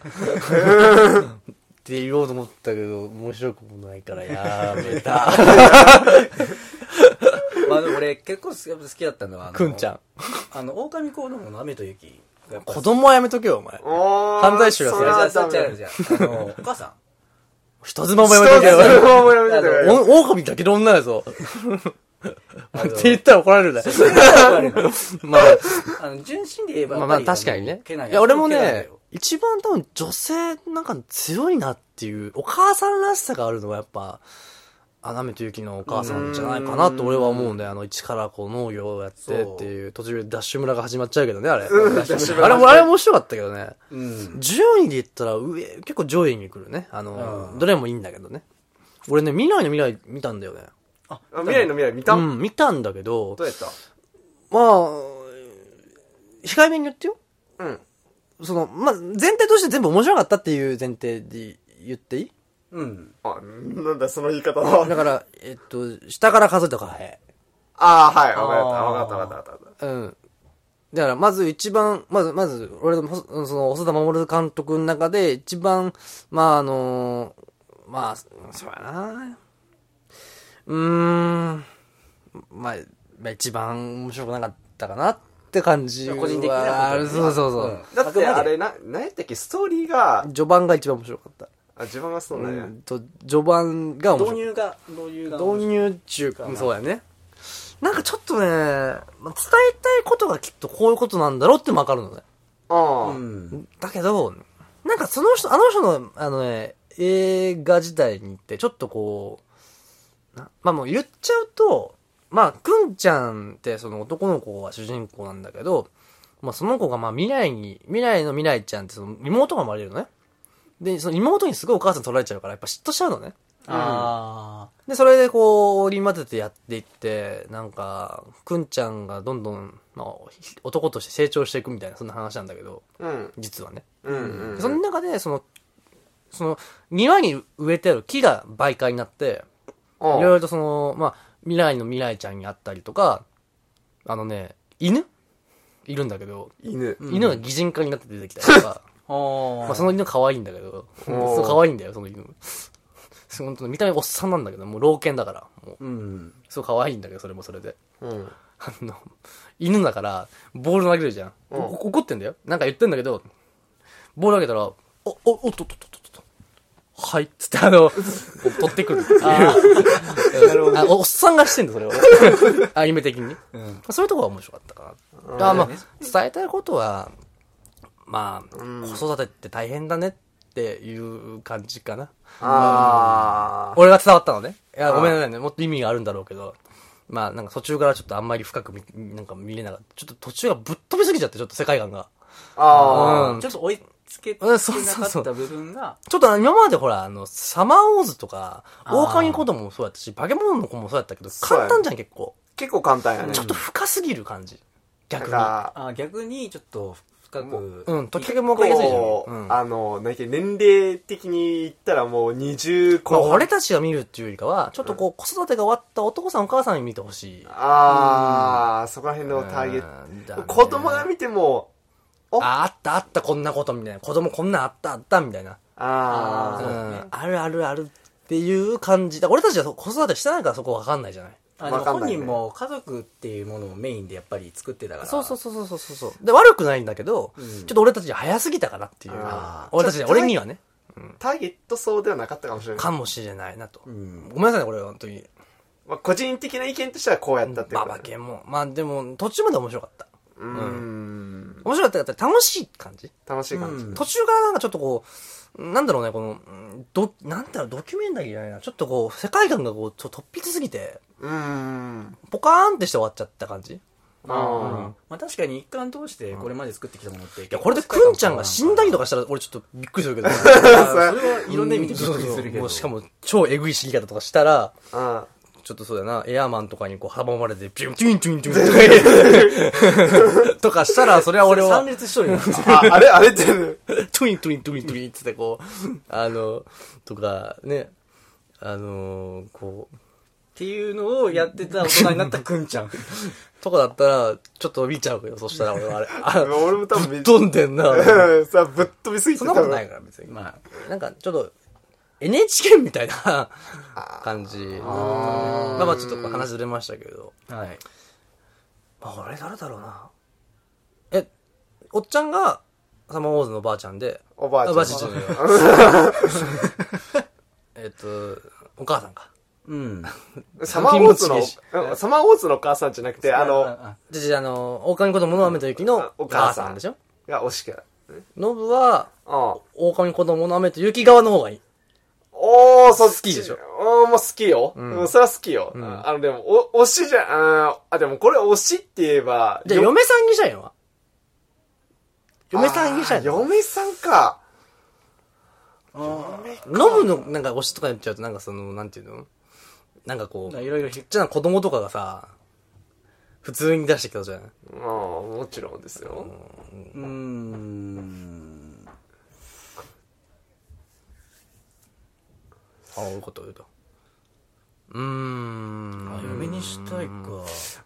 A: て言おうと思ったけど、面白くもないからやめた。
C: [laughs] まあでも俺結構好きだったのは、あの
A: くんちゃん。
C: あの、狼子供の雨と雪がやっぱ。
A: 子供はやめとけよ、お前。
B: おー
A: 犯罪者がそ
B: そ
A: れ
B: れ
A: は
B: は
C: じゃ
B: ダ
C: あ、
B: メ
C: じゃ
B: だ
C: あ、じゃ [laughs] あ、あの、お母さ
A: 人妻もや
B: そ
A: めとけ
B: れ
A: よ。
B: はやめてくれよ
A: お狼だけの女や
C: [laughs]
A: ぞ。って言ったら怒られるね。 [laughs]
C: [laughs]
A: まあ、
C: ん、あの、純真で言え
A: ま
C: ばや
A: あ
C: っ
A: ま
C: ぱ
A: あ
C: り、
A: 確かにね。
C: けない
A: いや俺も
C: けないんだ
A: ね
C: よ、
A: 一番多分女性なんか強いなっていう、お母さんらしさがあるのはやっぱ、穴目と雪のお母さんじゃないかなと俺は思うんだよ。あの、一からこう農業をやってっていう、途中でダッシュ村が始まっちゃうけどね、あれ。あれも、あれ面白かったけどね。
C: うん。
A: 順位で言ったら上、結構上位に来るね。あの
C: う、ん
A: どれもいいんだけどね。俺ね、未来の未来見たんだよね。
B: あ未来の未来見た
A: う
B: ど
A: ん、見たんだけど、
B: うやった
A: まあ、控えめに言ってよ。
B: うん。
A: その、まあ、全体として全部面白かったっていう前提で言っていい
C: うん。
B: あ、なんだその言い方は。
A: だから、えっと、下から数えたから、へ
B: あーはい。わかったわかったわかったわかっ
A: うん。だから、まず一番、まず、まず、俺の、そその、細田守監督の中で、一番、まあ、あのまあ、そうやな。うーん。まあ、まあ、一番面白くなかったかなって感じは。
C: 個人的なことだよね
A: そうそうそう。
C: うん
B: た。だってあれな、なんやったっけストーリーが、
A: 序盤が一番面白かった。
B: あ、自分がそうなんや。
A: うんと、序盤が面白かった
C: 導。入が、導入が。
A: 導入中
C: かな
A: そうやねなんかちょっとね、まあ伝えたいことがきっとこういうことなんだろうってもわかるのね
B: あ
C: う
B: ー
C: ん。
A: だけどなんかその人あの人のあのね映画自体に行ってちょっとこうなまあもう言っちゃうとまあくんちゃんってその男の子は主人公なんだけどまあその子がまあ未来に未来の未来ちゃんってその妹が生まれるのねでその妹にすごいお母さん取られちゃうからやっぱ嫉妬しちゃうのね
C: あ
A: で、それでこう、織り交ぜてやっていって、なんか、くんちゃんがどんどん、まあ、ひ男として成長していくみたいな、そんな話なんだけど、
B: うん。
A: 実はね。
B: うん。うん
A: その中で、その、その、庭に植えてある木が媒介になって、いろいろとその、まあ、未来の未来ちゃんに会ったりとか、あのね、犬いるんだけど、
B: 犬。
A: 犬が擬人化になって出てきたりと
B: [laughs]
A: か、
C: あ。あ
A: まあ、その犬可愛いんだけど、
B: おー
A: そう可愛いんだよ、その犬。 [laughs] そう本当に見た目おっさんなんだけど、もう老犬だから、もう。
C: うん。
A: そう可愛いんだけど、それもそれで。
B: うん。
A: あの、犬だから、ボール投げるじゃん。おお怒ってんだよ。なんか言ってんだけど、ボール投げたら、お、お、おっとっとっとっとっと。はいっつって、あの、こう [laughs] 取ってくるっていう。 [laughs] あおっさんがしてんだ、それを。アニメ的にね。そういうとこが面白かったかな。あまあ、伝えたいことは、まあ、子育てって大変だねっていう感じかな。
B: あ
A: 俺が伝わったのね。いや、ごめんなさいね。もっと意味があるんだろうけど。まあ、なんか途中からちょっとあんまり深く見、なんか見れなかった。ちょっと途中がぶっ飛びすぎちゃって、ちょっと世界観が。
B: あ。ああ。
A: うん
C: ちょっと追いつけて
A: うん
C: な
A: そうそう
C: か
A: そう
C: った部分が、
A: ちょっとあの今までほら、あの、サマーウォーズとか、狼子供もそうやったし、化け物の子もそうやったけど、
B: そうや
A: 簡単
B: ね
A: じゃん、結構。
B: 結構簡単やね
A: ちょ。っと深すぎる感じ。
B: な
A: 逆に。
B: んか、
C: あ逆にちょっと深く
A: うん、時計も
B: も
A: 分かりやすいじゃん。
B: こう、
A: うん
B: あの、なんか年齢的に言ったらもう20
A: まあ
B: 個。
A: 俺たちが見るっていうよりかは、ちょっとこう、子育てが終わった男さんお母さんに見てほしい。
B: ああ、そこら辺のターゲッ
A: うんだ
B: ト。
A: ね
B: 子供が見ても、お
A: あ、あったあった、こんなことみたいな。子供こんなんあったあったみたいな。う
B: あ
A: ん。あるあるあるっていう感じだ。俺たちは子育てしてないからそこわかんないじゃない。
C: あでも
B: わかん
C: 本
B: ないね
C: 人も家族っていうものをメインでやっぱり作ってたから
A: そうそうそうそうそうそう。で、悪くないんだけど、
C: うん
A: ちょっと俺たちに早すぎたかなっていう
B: あ。ー
A: 俺たち
B: ちょ
A: に、
B: っとね
A: 俺にはね、
B: あ、ターゲット層ではなかったかもしれない。
A: かもしれないなと。
C: ん
A: ごめんなさいね、これは本当に。
B: まあ、個人的な意見としてはこうやったってこ
A: バ
B: とだ
A: バ
B: ね。
A: ケも。まあでも、途中まで面白かった。
B: うーん。
A: 面白かったって楽しい感じ。
B: 楽しい感じ。
C: うん
A: 途中からなんかちょっとこう、なんだろうね、この、うんど、なんだろう、ドキュメンタリーじゃないな。ちょっとこう、世界観がこう、ちょっと突筆すぎて、
B: うーん。
A: ポカーンってして終わっちゃった感じ。い
B: あ
C: まあ確かに一貫通してこれまで作ってきたものってい
A: や、これでくんちゃんが死んだりと
C: か
A: かしたら、俺ちょっとびっくりするけど。
C: それはいろんな意味でびっくりするけ
A: も
C: ど
A: うしかも、超えぐい死に方とかしたら、
B: あ。
A: ちょっとそうだな、エアーマンとかにこう、阻まれて、ピュン、チュン、チュン、チュン、とかしたら、それは俺は
C: 三、列一人なんですよ
B: あ、あれあれって。
A: トゥイントゥイントゥイントゥインっつってこう、あの、とか、ね、あのーこう、
C: っていうのをやってた大人になったくんちゃん
A: とかだったら、ちょっと見ちゃうけど、そしたら俺はあれ、あ
B: 俺も多分
A: ぶ
B: め
A: っ飛んでんな。
B: うん [laughs] さ、ぶっ飛びすぎて
A: そんなことないから別に。
C: まあ
A: なんか、ちょっと、NHK みたいな感じ。まあまあちょっと話ずれましたけど。
C: はい。
A: まあ俺誰だろうな。え、おっちゃんが、サマーウォーズのばあちゃんで、
B: おばあちゃん
A: ばあちゃんじゃないわ [laughs] えっと、お母さんか。
C: うん。
B: サマーウォーズの
A: 気持ちいいし、
B: うんサマーウォーズのお母さんじゃなくて、あの、
C: あ、
A: じゃじゃあの、狼子供の雨と雪の
B: お
A: お
B: 母
A: 母
B: さん
A: さんでしょ
B: が惜しくない。
A: ノブは、
B: うん。
A: 狼子供の雨と雪側の方がいい。
B: おー、そっ
A: 好きでしょ
B: おー、もう好きよ。うん、それは好きよ。あの、でも、お、推しじゃ、あーあ、でもこれ推しって言えば、
A: じゃあ
B: よ
A: 嫁さんにしたいのは嫁さんにしたい
B: あー
A: の
B: 嫁さんか。
A: ノブのなんか推しとか言っちゃうとなんかその、なんていうのなんかこう、ちっ
C: いろいろひっ
A: ちゃな子供とかがさ、普通に出してきたじゃん。
B: うん、もちろんですよ。
C: うーん。
A: ああ、いうこと言うと。うーん。
C: あ、嫁にしたいか。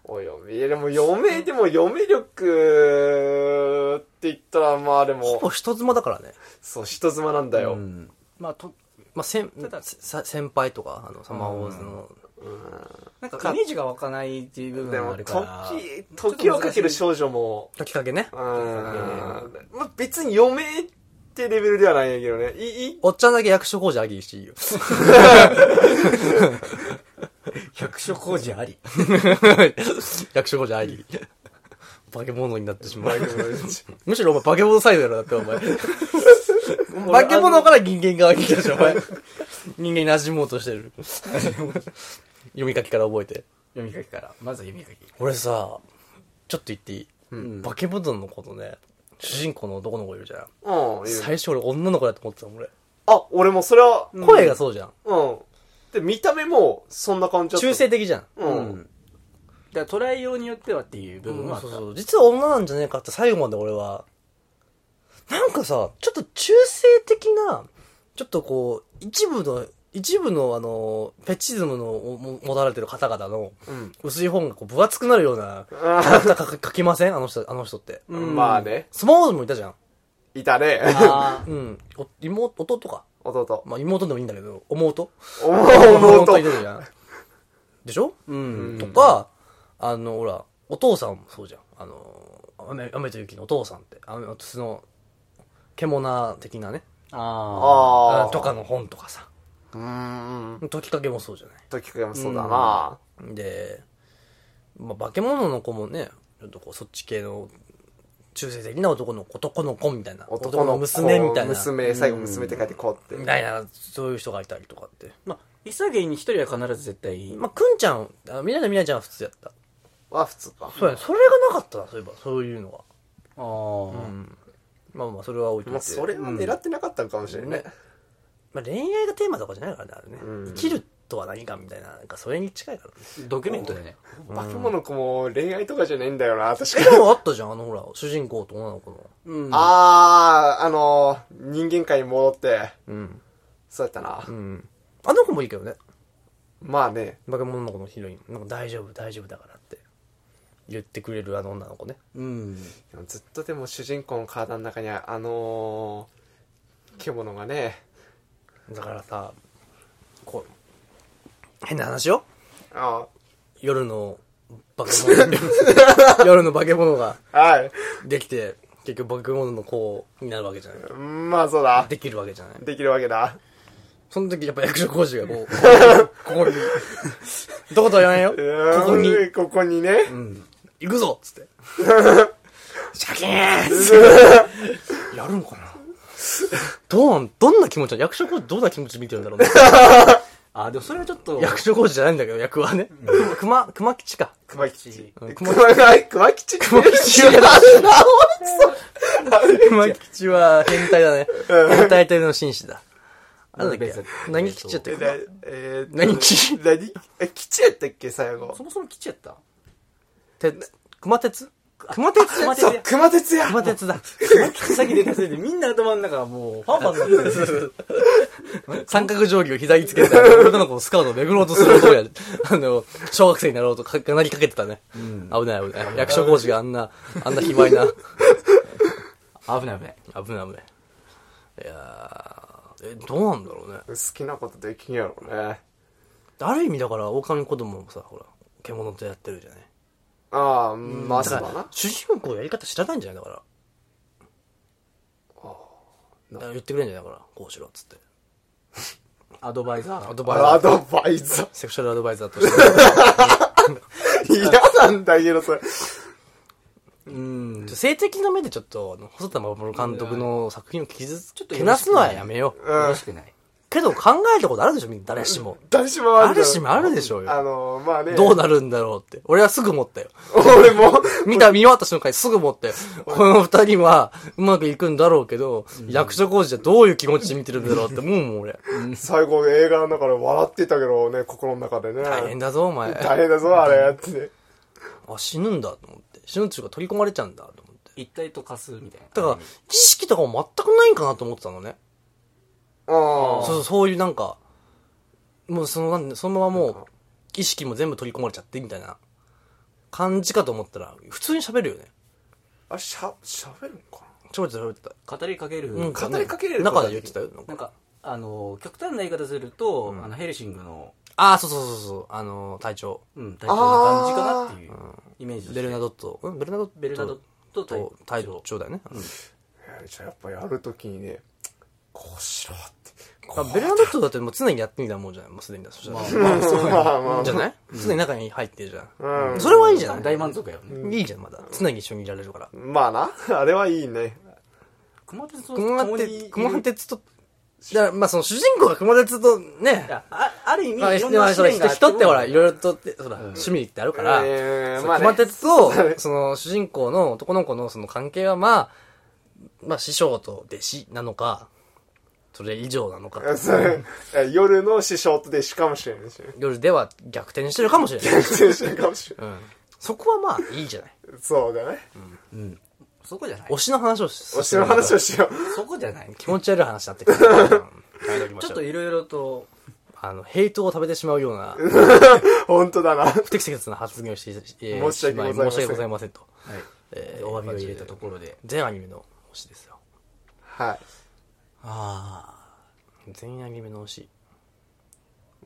B: お嫁、いやでも嫁、でも嫁力って言ったら、まあで
A: ほぼ
B: も、
A: 人妻だからね。
B: そう、人妻なんだよ。
C: うん。まあ、と、
A: まあ、先
C: た、だ
A: さ先輩とか、あの、サマーウォーズの、
C: なんかイメージが湧かないっていう部
B: で
C: 分も
B: も、
C: あるから。
B: 時、時をかける少女も、
A: きっかけね
B: う。ん。まあ別に嫁ってレベルではないんやけどね。い、
A: [laughs]
B: い、
A: おっちゃんだけ役所工事あげにしていいよ。
C: 百所工事あり。
A: [laughs] 役所工事あり。化け物になってしま
B: バイ
A: う。
B: クのうち
A: むしろお前化け物サイドやろ、だってお前。化け物から人間側に来たでしょ、お前。人間に馴染もうとしてる。読み書きから覚えて。
C: 読み書きから。まずは読み書き。
A: 俺さ、ちょっと言っていい、
C: ん
A: 化け物のことね、主人公の男の子いるじゃん。
B: うん、いいよ
A: 最初俺女の子だと思ってたもん、俺。
B: あ、俺もそれは、うん。
A: 声がそうじゃん。
B: で、見た目も、そんな感じだった。
A: 中。性的じゃん。
B: う。
C: うんん。だから捉えようによってはっていう部分はあ
A: そう
C: った。
A: そう。実は女なんじゃねえかって最後まで俺は、なんかさ、ちょっと中性的な、ちょっとこう、一部の、一部のあの、ペチズムのをも持たれてる方々の
B: うん。
A: 薄い本がこう分厚くなるような、キャラクターか書きませんあの人、あの人って。
C: うん
B: まあね、
A: スマホでもいたじゃん。
B: いたね。
C: あ
A: うん。お妹、弟か。
B: 弟。
A: まあ妹でもいいんだけど、 [laughs] 妹
B: おも
A: いた
B: 弟。
A: じゃん。でしょ
C: ーうん。
A: とか、あの、ほら、お父さんもそうじゃん。あの、雨雨と雪のお父さんって、あの、その、獣的なね、
C: ああ。
B: ああ。
A: とかの本とかさ、
B: うーん。
A: 時かけもそうじゃな
B: 時かけもそうだな。
A: い。で、まあ、化け物の子もね、ちょっとこう、そっち系の、中性的な男の子、男の子みたいな、
B: 男の子
A: 娘みたいな、
B: 娘、最後娘って書いてこうっ
A: み
B: て。
A: たいな、そういう人がいたりとかって。
C: まあ、イサゲに一人は必ず絶対。
A: まあ、くんちゃん、あみなちゃんみなちゃんは普通やった。
B: は普通か。
A: そうやね、それがなかったな、そういえば、そういうのが。
C: ああ。
A: まあまあ、それは置いとい
B: まあ、
A: て。
B: それは狙ってなかったのかもしれないね。
A: まあ、恋愛がテーマとかじゃないからね、あれね。生きるっとは何かみたいな、なんかそれに近いからね。
C: ドキュメントだね。
B: 化け物子も恋愛とかじゃないんだよな、確
A: [laughs]
B: か
A: え、
B: に。
A: でもあったじゃん、あのほら、主人公と女の子の。
C: うん。
B: あー、あのー、人間界に戻って、
A: うん。
B: そうやったな。
A: うん。あの子もいいけどね。
B: まあね、
A: 化け物の子のヒロイン。なんか大丈夫、大丈夫だからって。言ってくれるあの女の子ね。
C: うん。
B: でもずっとでも主人公の体の中にあ、あのー、獣がね、
A: だからさ、こう、変な話よ。
B: あ
A: 夜の化け [laughs] 物。夜の化け物が
B: はい。
A: できて、結局化け物の子になるわけじゃない。
B: まあそうだ。
A: できるわけじゃない。
B: できるわけだ。
A: その時やっぱ役所工事がこ [laughs] う、ここに、どことは言わないよ。ここに、。
B: ここにね。
A: 行くぞっつって。シャキーンっつって。やるのかなどうなん、どんな気持ちなの役所工事どんな気持ちで見てるんだろうね。
C: あ、でもそれはちょっと、
A: 役所工事じゃないんだけど、役はね。熊、熊熊吉か。
B: 熊吉。
A: うん
B: 熊吉。熊吉。
A: 熊吉は、熊吉は変態だね。変態というの紳士だ。なんだっけ何吉やったっけ
B: だえー
A: 何吉
B: 何え、吉やったっけ最後
C: そ。もそも来ちゃった
A: て熊鉄熊鉄
C: 熊鉄
B: そう、熊徹や。
A: 熊鉄だ。
C: 先で稼いでみんな頭の中がも [laughs] う、ファンファンになってる。
A: [laughs] 三角定規を膝につけて、女の子のスカートをめぐろうとする男や、 [laughs] あの、小学生になろうとかかなりかけてたね。危ない危ない。役所工事があんな、あんな卑猥な。
C: 危ない危ない。
A: 危ない危ない。いやー、え、どうなんだろうね。
B: 好きなことできんやろうね。
A: ある意味だから、狼子供もさ、ほら、獣とやってるじゃない。
B: ああ、まあ
A: だ
B: そう
A: か
B: だ
A: ら
B: な、。
A: 主人公やり方知らないんじゃないだから。だから言ってくれんじゃないだから、こうしろっつって。
C: アドバイザー。
A: アドバイザ
B: ア
A: ー。
B: ドバイザ
A: セクシャルアドバイザーとして。
B: ー。嫌なんだけど、それ。
A: うん。性的な目でちょっと、あの細田守監督の作品を傷つ、ちょっと
C: と
A: けなすのはやめよう。
C: よ
B: う
C: ろ
B: ん
C: し。くない。
A: けど考えたことあるでしょ、みんな誰しも。
B: 誰しもあ
A: 誰
B: るだろ
A: しもあるでしょう
B: あ
A: よ。
B: のー、まあね。
A: どうなるんだろうって。俺はすぐ思ったよ。
B: 俺も、
A: 見た、見終わった瞬間にすぐ思ったよ。この二人はうまくいくんだろうけど、役所工事はどういう気持ちで見てるんだろう [laughs] って思うもん、俺。
B: 最後映画の中で笑ってたけどね、心の中でね。
A: 大変だぞ、お前。
B: 大変だぞ、あれやってね。
A: あ、死ぬんだと思って。死ぬっていうか取り込まれちゃうんだと思って。
C: 一体と化すみたいな。
A: だから、知識とかも全くないんかなと思ってたのね。
B: うん。
A: そうそう、そういうなんか、もうその、なんでそのままもう、意識も全部取り込まれちゃってみたいな感じかと思ったら、普通に喋るよね。
B: あ、しゃ、喋るのか
A: ちょこちょこ喋ってた。
C: 語りかける。
A: うん、
B: 語りかけれる
A: 中で言ってたよ。
C: なんか、あの、極端な言い方すると、あの、ヘルシングの、
A: ああ、そうそうそうそう、あのー、隊長。
C: うん、体調の感じかなっていうイメージです
A: ベルナドット。うんベルナドット。
C: ベルナドット
A: と
C: と
A: 隊長だよね。
B: なえーじゃあやっぱやるときにね、こうしろって。
A: まあベルナドットだってもう常にやってみたもんじゃないもうすでにだ。そしたら
B: まあ、そう、まあまあ
A: じゃない常に中に入ってるじゃ
B: まあ。
A: ん。それはいいじゃない
C: 大満足やよね。
A: いいじゃん、まだ。常に一緒にいられるから。
B: うん。まあな、あれはいいね。
C: 熊鉄と
A: 熊
C: 共にい
A: 鉄、
C: る
A: 熊鉄と、だからまあその主人公が熊鉄とね
C: い、やあある意味、
A: まあ、
C: いろん
A: まあ
C: な
A: そ
C: 試
A: れ
C: 練
A: 人
C: があ
A: 人ってほら、い
C: も
A: ろいろとって、ほら、趣味ってあるから、
B: えー
A: そう
B: まあね
A: 熊鉄と
B: そうだね、
A: その、主人公の男の子のその関係は、まあ、まあ、師匠と弟子なのか、それ以上なのか、
B: [laughs] それ、え夜の師匠と弟子かもしれない [laughs] し。
A: 夜では逆転してるかもしれ
B: [laughs]
A: ない。
B: 弟子かもしれな
A: うん。そこはまあ、いいじゃない。
B: い。そうだね。
C: そこじゃない
A: 推。しの話をし
B: 推しの話をしよう。
C: そこじ
A: [laughs]
C: ゃない。
A: 気持ち悪い話になってくる。うん
C: ちょっといろいろと、
A: あの、ヘイトを食べてしまうような、
B: 本当だな。
A: 不適切な発言をして、えー
B: 申し訳ござい
A: しまい
B: ません
A: 申し訳ございませんと。
C: はい。
A: えー
C: お詫びを入れたところで。
A: 全アニメの推しですよ。
B: は
C: あ
A: 全アニメの推し。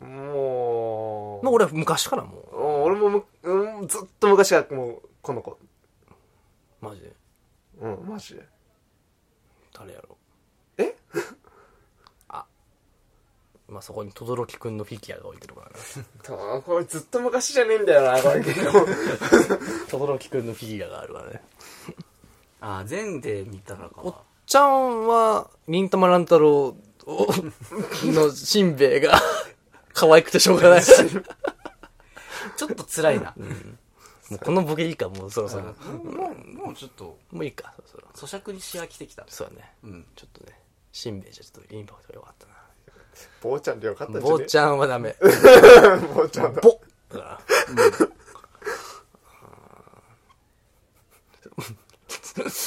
B: い。もう、
A: まあ、俺は昔からも
B: うん俺もむ、うん、ずっと昔からもう、この子。
A: う、マジで、
B: うん、マジで。
A: 誰やろう。
B: え
A: [laughs] あ。まあ、そこに、轟くんのフィギュアが置いてる
B: [laughs]
A: からね。
B: とこれずっと昔じゃねえんだよな、これ結構。
A: 轟くんのフィギュアがあるからね。
C: あ、全で見たの
A: おっ
C: か。
A: ちゃんは、忍たま乱太郎をのしんべヱが、可愛くてしょうが
B: [laughs]
A: ない。
C: ちょっと辛いな。
A: もうこのボケいいか、もうそろそろ。
C: もう、もうちょっと、
A: もういいか、そろそろ。
C: 咀嚼にし飽きてきた。
A: そうだね。
C: うん。
A: ちょっとね、しんべヱじゃちょっとインパクトが良かったな。
B: [laughs] 坊ちゃんでよかったんじゃ
A: 坊
B: ね
A: ちゃんはダ [laughs] メ。
B: ゃん。坊ちゃんだ。
A: ぼだからうん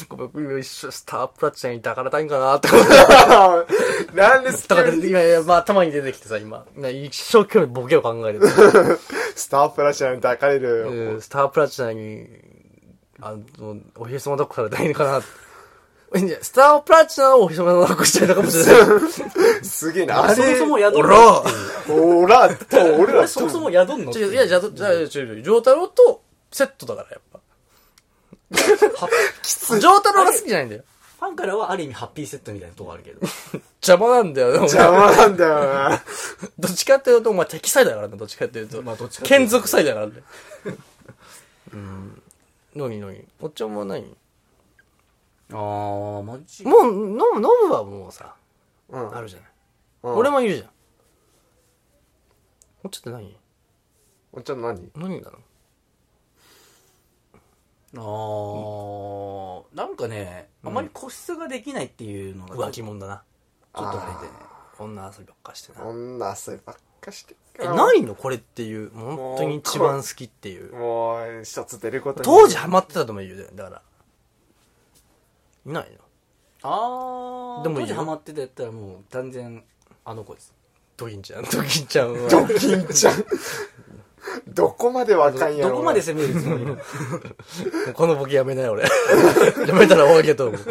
A: ごめん僕一緒スタープラチナに抱かれたいんかなって [laughs] 思って
B: [laughs] なんです
A: と
B: か
A: かでいやいや、まあ頭に出てきてさ、今。な一生懸命ボケを考えてる。
B: スタープラチナに抱かれる。
A: うんスタープラチナに、あの、おひげ様抱っこされたらいいのかなって。いやスタープラチナをおひげ様抱っこしてたかもしれ [laughs] ない。
B: すげえな。あ
C: そも
B: れ、
C: そも宿
A: お
C: る
A: ら
B: [laughs] おら、と俺ら
C: 俺そもそも宿んの
A: ちょいや、じゃあ、じゃあ、ちょいちょい、ジョータロウとセットだから、やっぱ。きつい。ジョータロウが好きじゃないんだよ。
C: ファンからはある意味ハッピーセットみたいなと [laughs] こあるけど。
A: 邪魔なんだよ、でも。
B: 邪魔なんだよな。
A: どっちかっていうと、まあ、敵サイだからね、どっちかっていうと。
C: まあどっちかってい
A: 剣
C: うと
A: 族サイだ
C: [laughs]
A: からね。うん。のにのに。おっちゃんも何
C: あー、マジ
A: もう、飲む、飲むはもうさ、
B: うん
A: あるじゃない。
B: うん
A: 俺もいるじゃん。おっちゃんって
B: おっちゃん何
A: 何何なの
C: あー、なんかね、あまり個室ができないっていうのが
A: 浮気者だな。
C: ちょっとあれでね。
A: 女遊びばっかしてな。
B: 女遊びばっかして
A: え、
B: るから
A: ないのこれっていう、もう本当に一番好きっていう。
B: もう、一つ出ることに
A: 当時ハマってたとも言うよ、だから。いないの
C: あー、
A: でもいい
C: 当
A: よ
C: 時ハマってたやったらもう断然あの子です。
A: ドキンちゃん。ドキンちゃん
B: ド
A: は。
B: キンちゃん。 [laughs] どこまで若いんや
C: ど
B: ろ。
C: こまで攻めるつもりなの
A: このボケやめない俺。 [laughs] やめたら終わりやと思う。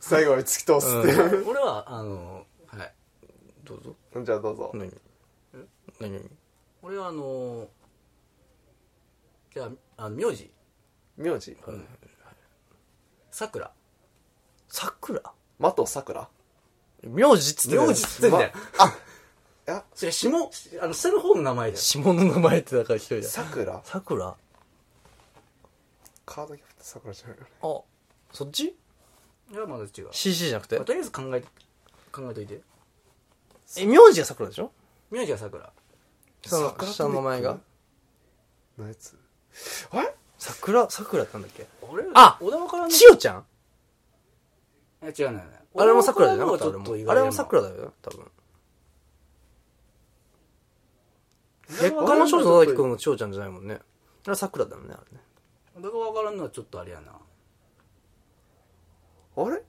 B: 最後まで突き通すっていう。
C: [laughs] 俺は、あの、はい。
A: どうぞ。
B: [laughs] じゃあどうぞ。
A: 何何何
C: 俺はあの、じゃあ、あの、名字、
B: 名字
C: 桜。
A: 桜
B: 的さくら
A: 名字っつって
C: 名字っつってんだよ。
B: いや、
C: それ、下、あの、下の方の名前だよ。
A: 下の名前ってだから一人だ。
B: さくら
A: 桜あ、
B: カードキャプテンさくらじゃないよね。
A: そっち
C: いや、まだ違う。
A: ?CC じゃなくて
C: まあ。とりあえず考え、考えといて。
A: え、名字が桜でしょ
C: 名字は桜。
A: 下の、
B: 桜
A: 下の名前が。
B: のやつ。あれ
A: 桜、桜ってなんだっけ
C: 俺
A: あ
C: 小田からの。
A: 千代ちゃん
C: いや違うのよね。
A: あれも桜じゃなか
C: 小
A: った
C: 田
A: あ
C: 原
A: れ
C: の方がちょっと意
A: も。あ
C: 外だ
A: れ
C: な
A: も桜だよ、多分。
C: 小
A: 結
C: 田原
A: 婚の少
C: の
A: 女野
C: 方がちょ
A: 崎
C: っと
A: 君の千代ちゃんじゃないもんね。あれ桜だもんね、あれね。
C: 小田川からのはちょっとあれやな。
B: あれ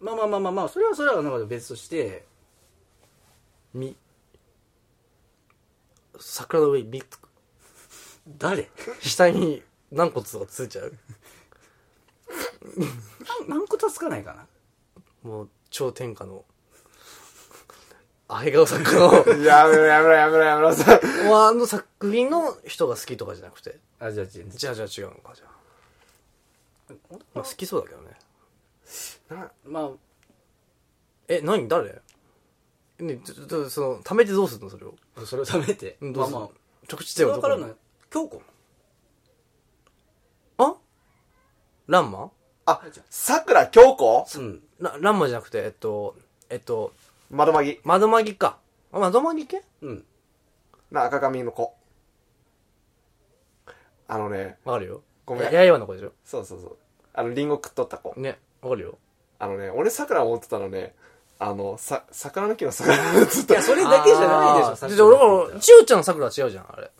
C: まあまあまあまあまあ、それはそれはなんか別として、
A: み。桜の上にみつく。
C: 誰 [laughs]
A: 下に軟骨とかついちゃう。
C: なん何個助かないかな。
A: もう、超天下の。あへがお作家の。
B: [laughs] やめろやめろやめろやめろ。さ
A: あの作品の人が好きとかじゃなくて。
C: あ、じゃあ違う。
A: じゃあじゃあ違うのか、じゃあ。
C: 小田
A: まあ
C: 原
A: 好きそうだけどね。
B: な
C: まあ、
A: え、何誰ね、ちょちょっと、その、貯めてどうするのそれを。
C: それを食べて。
A: うん
C: ま
A: どう
C: あ
A: する
C: まあ、
A: 直接
C: 小
A: で
C: 田からの、京子。
A: あランマ
B: あ、さくら京子
C: うん。
A: ラランマじゃなくて、えっと、えっと、
B: 窓まぎ。
A: 窓マギか。あ、窓マギ系
C: うん。
B: な、赤髪の子。あのね、
A: わかるよ。
B: ごめん
A: ややいわの子でしょ
B: そうそうそう。あの、リンゴ食っとった子。
A: ね、わかるよ。
B: あのね、俺桜思ってたのね、あの、さ、桜の木の桜のつっ
C: い
B: た。
C: や、それだけじゃないでしょ、
A: あ
C: さっ
A: ー
C: き
A: で、
C: の
A: 俺も、千代ちゃんの桜は違うじゃん、あれ。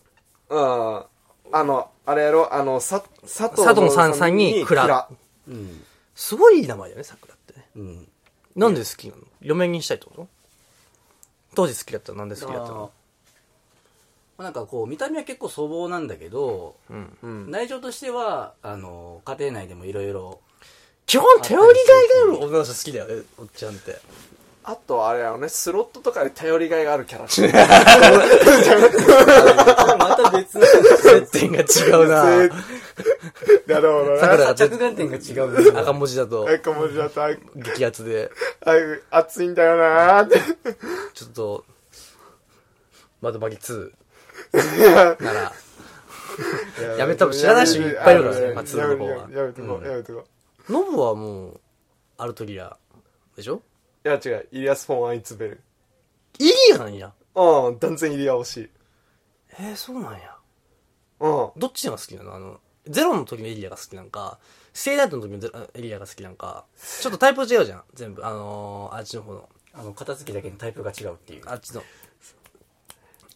B: うん。あの、あれやろ、あの、さ、佐藤
A: 佐藤さんさんに蔵
C: うん。
A: すごいいい名前だよね、桜ってね。
C: うん。
A: なんで好きなの嫁にしたいってこと当時好きだったらなんで好きだった
C: あーま
A: の
C: あなんかこう見た目は結構粗暴なんだけど、
A: うん。
B: うん。
C: 内情としてはあの家庭内でもいろいろ
A: 基本、手織りがいがある女の人好きだよね、おっちゃんって。
B: あと、あれやろね、スロットとかで頼りがいがあるキ
A: [laughs]
B: ャラ。設
C: [laughs] また別の
A: 接点が違うな [laughs]
B: 定なるほどね。
A: 桜
C: [laughs] 着眼点が違う
A: 赤文字だと [laughs]
B: え、かもしれない。
A: 激アツで、
B: あ熱いんだよなーって。
A: ちょっと、窓巻き2なら、やめた知らない人いっぱいいるからね
B: やめ
A: 松の方は
B: やめやめとこう、やめとこ
A: ノブはもう、アルトリアでしょ
B: う。いや、違う。イリアス・フォン・アイツベル。
A: イリアなんや。
B: うん、断然イリア欲しい。
A: えー、そうなんや。
B: うん。
A: どっちが好きなのあの、ゼロの時のエリアが好きなんか、セイライトの時のゼロあエリアが好きなんか、ちょっとタイプ違うじゃん全部。あのー、あっちの方の。
C: あの片付けだけのタイプが違うっていう
A: あっちの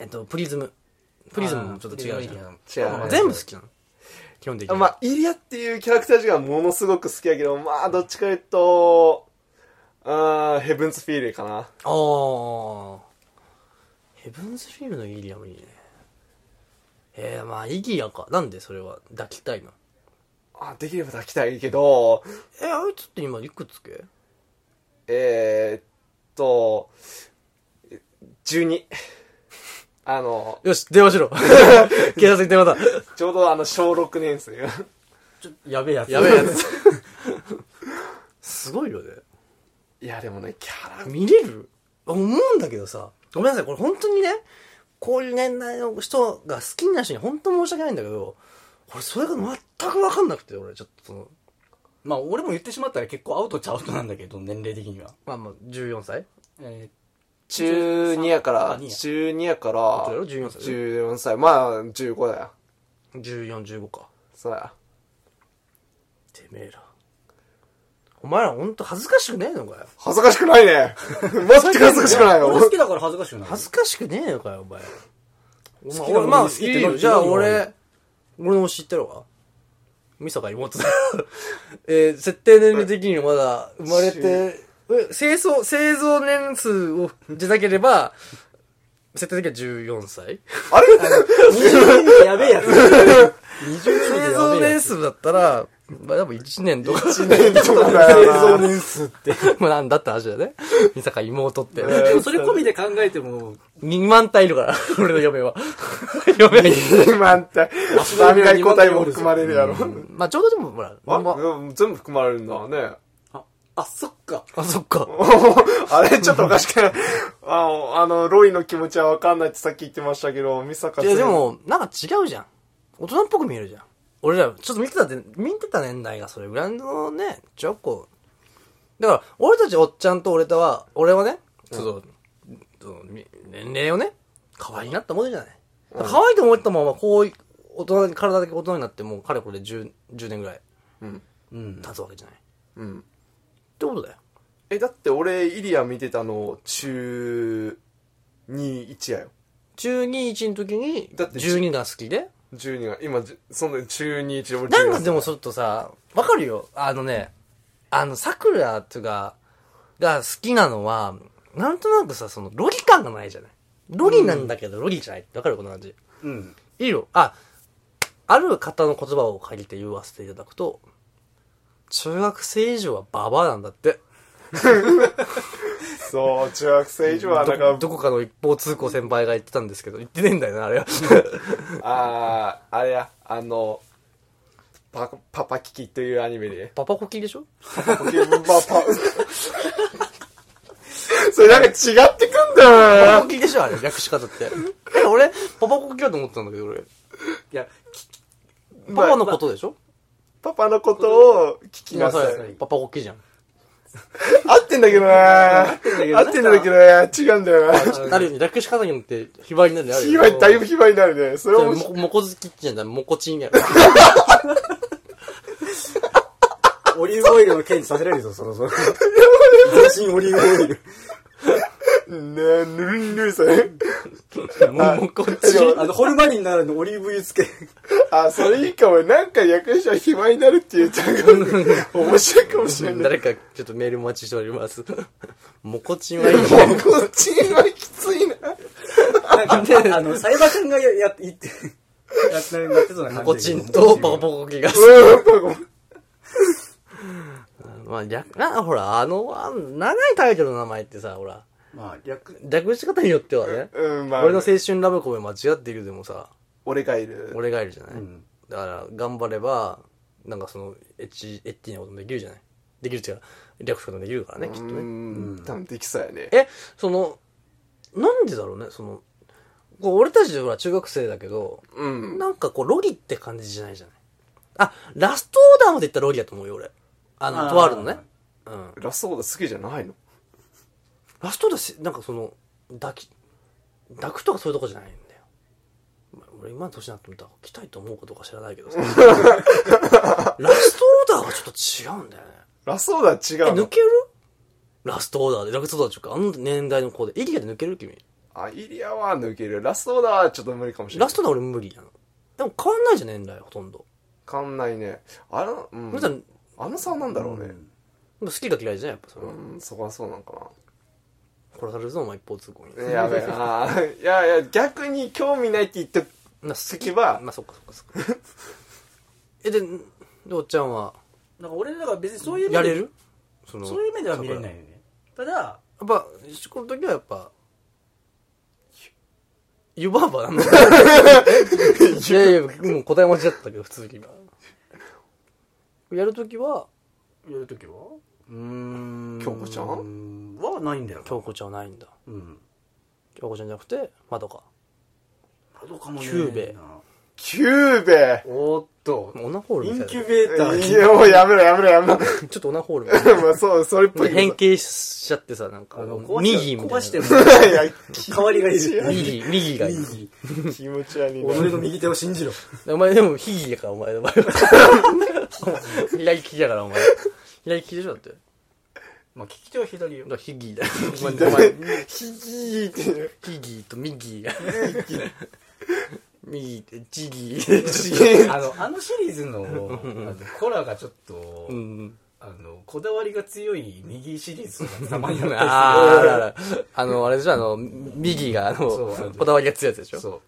A: えっとプリズムプリズムもちょっと違うじゃん
C: じ
B: 違うね
A: 全部好きなの基本的に、
B: まあ、イリアっていうキャラクター自体はものすごく好きやけど、まあ、どっちか言うと、あーヘブンズフィールかな。
A: ああヘブンズフィールのイリアもいいねえー、まあイギアかなんでそれは抱きたいの
B: あできれば抱きたいけど、
A: えあいつって今いくつけ
B: えー、っと、12。あの、
A: よし電話し [laughs] ろ警察に電話だ
B: ちょうどあの、小6年生が。
C: ちょっとやべえやつ
A: やべえやつすごいよね
B: いや、でもね、キャラ、
A: 見れる思うんだけどさごめんなさいこれ本当にねこういう年代の人が好きな人に本当申し訳ないんだけど俺それが全く分かんなくて俺ちょっとその
C: [laughs] まあ俺も言ってしまったら結構アウトっちゃアウトなんだけど年齢的には
A: まあまあ14歳
C: え
B: 中2やから、中2やか
A: い
B: ら、
A: くらやろ14歳
B: 14歳。まあ、15だよ。
A: 1415か
B: そうや。
A: てめえらお前ら本当恥ずかしくねえのかよ
B: 恥ずかしくないね。マジで [laughs] 恥ずかしくない
C: ー、俺
B: よ
C: 好。きだから恥ずかしくない
A: 恥ずかしくねえのかよお前お前
C: 好きなもの
A: 俺まあ
C: 好
A: 好
C: きって
A: き
C: 何
A: じゃあ
C: 何
A: 俺俺の知ってるわミサが妹だ [laughs] えー、設定年齢的にはまだ生まれてえ製造製造年数をじゃなければ設定的には14歳
B: あ [laughs] れ
C: 20年でやべえやつ20
A: 製造
C: 年でやべえや
A: 年
C: つ
A: 数だったらまあ多分1年とか
B: [laughs] そうだ
C: 製
B: よな
C: 造年数って
A: [laughs] まあなんだって話だよねミサが妹って
C: でもそれ込みで考えても
A: 2万体いるから、俺の嫁は。 [laughs] 嫁はいる
B: 今んて、三大個体も含まれるやろ。
A: まあちょうどでも、ほら、
B: あ、
A: ま
B: うん全部含まれるんだね。
C: ああそっか
A: あ、そっか。
B: [laughs] あれちょっとおかしくない。あの、あのロイの気持ちはわかんないってさっき言ってましたけど、ミサカ
A: いや、で、も、なんか違うじゃん。大人っぽく見えるじゃん。俺ら、ちょっと見てたって、見てた年代がそれぐらいのね、ちょこ。だから、俺たちおっちゃんと俺とは、俺はね、その、そのみ年齢をね、可愛いなって思うじゃない。可愛いと思ったまま、こう、大人に、体だけ大人になって、もう、かれこれ 10, 10年ぐらい
B: うん。
C: うん
A: 経つわけじゃない。っ
B: うん。
A: てことだよ。
B: え、だって俺、イリア見てたの、中2、1やよ。
A: 中2、1の時に、
B: だって
A: 12が好きで、
B: 12が、今、じその中2、1、俺
A: なんかでも
B: そ
A: ちょっとさ、わかるよ。あのね、あの、桜とかが好きなのは、なんとなくさ、その、ロギ感がないじゃない。ロギなんだけど、ロギじゃない。わかるこの感じ。
C: うん
A: いいよ。あ、ある方の言葉を借りて言わせていただくと、中学生以上はババアなんだって。
B: そう、中学生以上は、なん
A: ど
B: か、
A: どこかの一方通行先輩が言ってたんですけど、言ってねえんだよな、あれ
B: [laughs]
A: は。
B: あー、あれや、あの、パ、パパキキというアニメで。
A: パパコキでしょ
B: ポケモンパパ。 [laughs] それなんか違ってくんだよ
A: パパ
B: な
A: コキでしょあれ、略し方って。え、俺、パパコキだと思ってたんだけど、俺。
C: いや
A: パパのことでしょ
B: パパのことを聞きなさい。
A: パパコキじゃん。
B: 合ってんだけどな合ってんだけどね違うんだよな
A: [laughs] なるよね。略し方によって、非売になるのある
B: [laughs] ひ
A: よ
B: ばい、だいぶひばいになるね。それ
A: も
B: も、
A: ももこずきじゃない、もこちん
B: [laughs]
A: やる。
C: オリーブオイルの検知させられるぞそろ [laughs] そろ全身オリーブオイル
B: ねえ、ぬるんぬるさね。
A: ももこちん。
C: あのホルマリンならぬオリーブ油漬け
B: あ、それいいかも。なんか役者はひばいになるって言っちゃうから、面白いかもしれない。
A: 誰か、ちょっとメールお待ちしております。 [laughs] もこちんはいい
B: もう、こっちはきついな。
C: なんか、あの、サイバー君がや、や、言って、やって、やってそうな感じだけど。
A: もこちんとパコパ
C: コ。
A: コキが。まあ、略、な、ほら、あの、あ長いタイトルの名前ってさ、ほら、
C: まあ、略、
A: 略し方によってはね、
B: うん、まあ
A: 俺の、青春ラブコメ間違っているでもさ、
B: 俺がいる。
A: 俺がいるじゃない、
C: ん
A: だから頑張ればなんかそのエッチエッチなこともできるじゃないできるっていうか略すこともできるからねきっと
B: う
A: ね
B: ん、多分できそうやね。
A: えそのなんでだろうねそのこう俺たちは中学生だけど
B: うん。
A: なんかこうロリって感じじゃないじゃないあラストオーダーまでいったらロリだと思うよ俺あの
C: あー
A: とあるのねうん
B: ラストオーダー好きじゃないの
A: ラストオーダーしなんかその抱き抱くとかそういうとこじゃないんだよまあ俺今の年になってみたら来たいと思うことか知らないけ
B: [laughs]
A: どさラストオーダーはちょっと違うんだよね
B: ラストオーダー
A: え
B: 違う
A: 抜
B: の
A: けるラストオーダーで、ラストオーダーっていうか、あの年代の子で、イリアで抜ける君。
B: あ、イリアは抜ける。ラストオーダーはちょっと無理かもしれな
A: ラ
B: い。
A: ストオーダー俺無理なの。でも変わんないじゃん、年代ほとんど。
B: わかんないね。あの、う
A: 皆さん、
B: ん
A: で。
B: あの差はなんだろうね。
A: も好きか嫌いじゃん、やっぱそれ
B: う
A: は。
B: ん、そこはそうなんか
A: 殺されるぞ、お前一方通行に。
B: な。やべえな。いやいや、逆に興味ないって言っと
A: まあ好
B: きは
A: まあそっかそっかそっか。え、で、でおっちゃんは、
C: なんか俺だから別にそういう
A: や
C: 面で
A: れるその
C: そういう目では見れないよねただ
A: やっぱ、この時はやっぱ、湯婆婆なんだ。いやいや、もう答え間違ってたけど、普通に今。やるときは、
C: やるときはうーん
B: 京子ちゃん
C: はないんだよ
A: 京子ちゃんはないんだ。
C: うん
A: 京子ちゃんじゃなくて、まどか。
C: あどうかもね
A: キューベ
B: キューベ
C: おーっと
A: もうオナホール
C: イ
A: みた
C: ン
A: い
C: キュ
A: な。
C: ベーター
B: いや、もうやめろやめろやめろ。 [laughs]
A: ちょっとオナホールみたいな。
B: まあ、そう、それっぽいけど。
A: 変形しちゃってさ、なんか、
C: あの
A: ミギーみた
C: 壊して
A: い
C: も
A: な。
B: いや、
C: 代わりがい
A: ミ
C: る
A: ギー、ミギーがいい。
B: 気持ち悪い
C: 己
B: な。
C: の右手を信じろ
A: お前でも、ヒギやから、お前の場合は。左利きだから、お前。左利きでしょ、だって。だか
C: まあ聞き手は左よ
A: らヒギだよ。お前、お前
B: ひぎーって。
A: ヒギーとミギーが。ミギーって、ジギ
B: ひ
A: ー。
B: ぎー
C: あのあのシリーズのあのコラがちょっと
A: うん。
C: あのこだわりが強い右シリーズとかたまにあ
A: あー
C: ったりす
A: あら
C: る
A: ら、あの、あれでしょ、あの、ミギーが、あ
C: そうあ
A: の
C: の、
A: こだわりが強いやつでしょ。
C: そ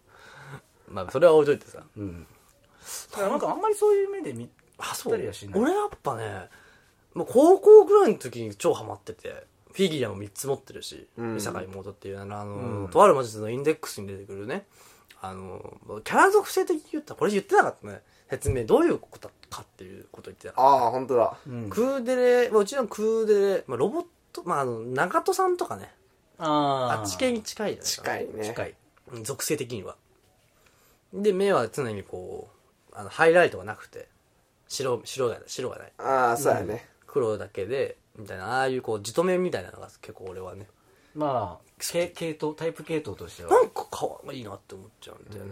A: まあ、それは置いといてさ。
C: う。うん。だからなんかあんまりそういう目で見、
A: あ、
C: そう
A: 俺やっぱね、もう高校ぐらいの時に超ハマってて、フィギュアも3つ持ってるし、
B: うん
A: 社会モードっていう、あの、
C: うん
A: とある魔術のインデックスに出てくるね、あの、キャラ属性的に言ったら、これ言ってなかったね。説明、どういうことかっていうこと言ってなかっ
B: ああ、ほんとだ。
C: うん
A: た。クーデレ、まあうちのクーデレ、まあ、ロボット、まあ、あの、長戸さんとかね、
C: あ
A: あ
C: ー
A: っち系に近いじゃないですか。
B: 近いね。
C: 近い。
A: うん属性的にはで目は常にこうあのハイライトがなくて白白が白がない
B: ああ、そうやね。
A: 黒だけでみたいなああいうこう地止めみたいなのが結構俺はね
C: まあ、系系統、タイプ系統としては
A: な。んか可愛いなって思っちゃうんだよね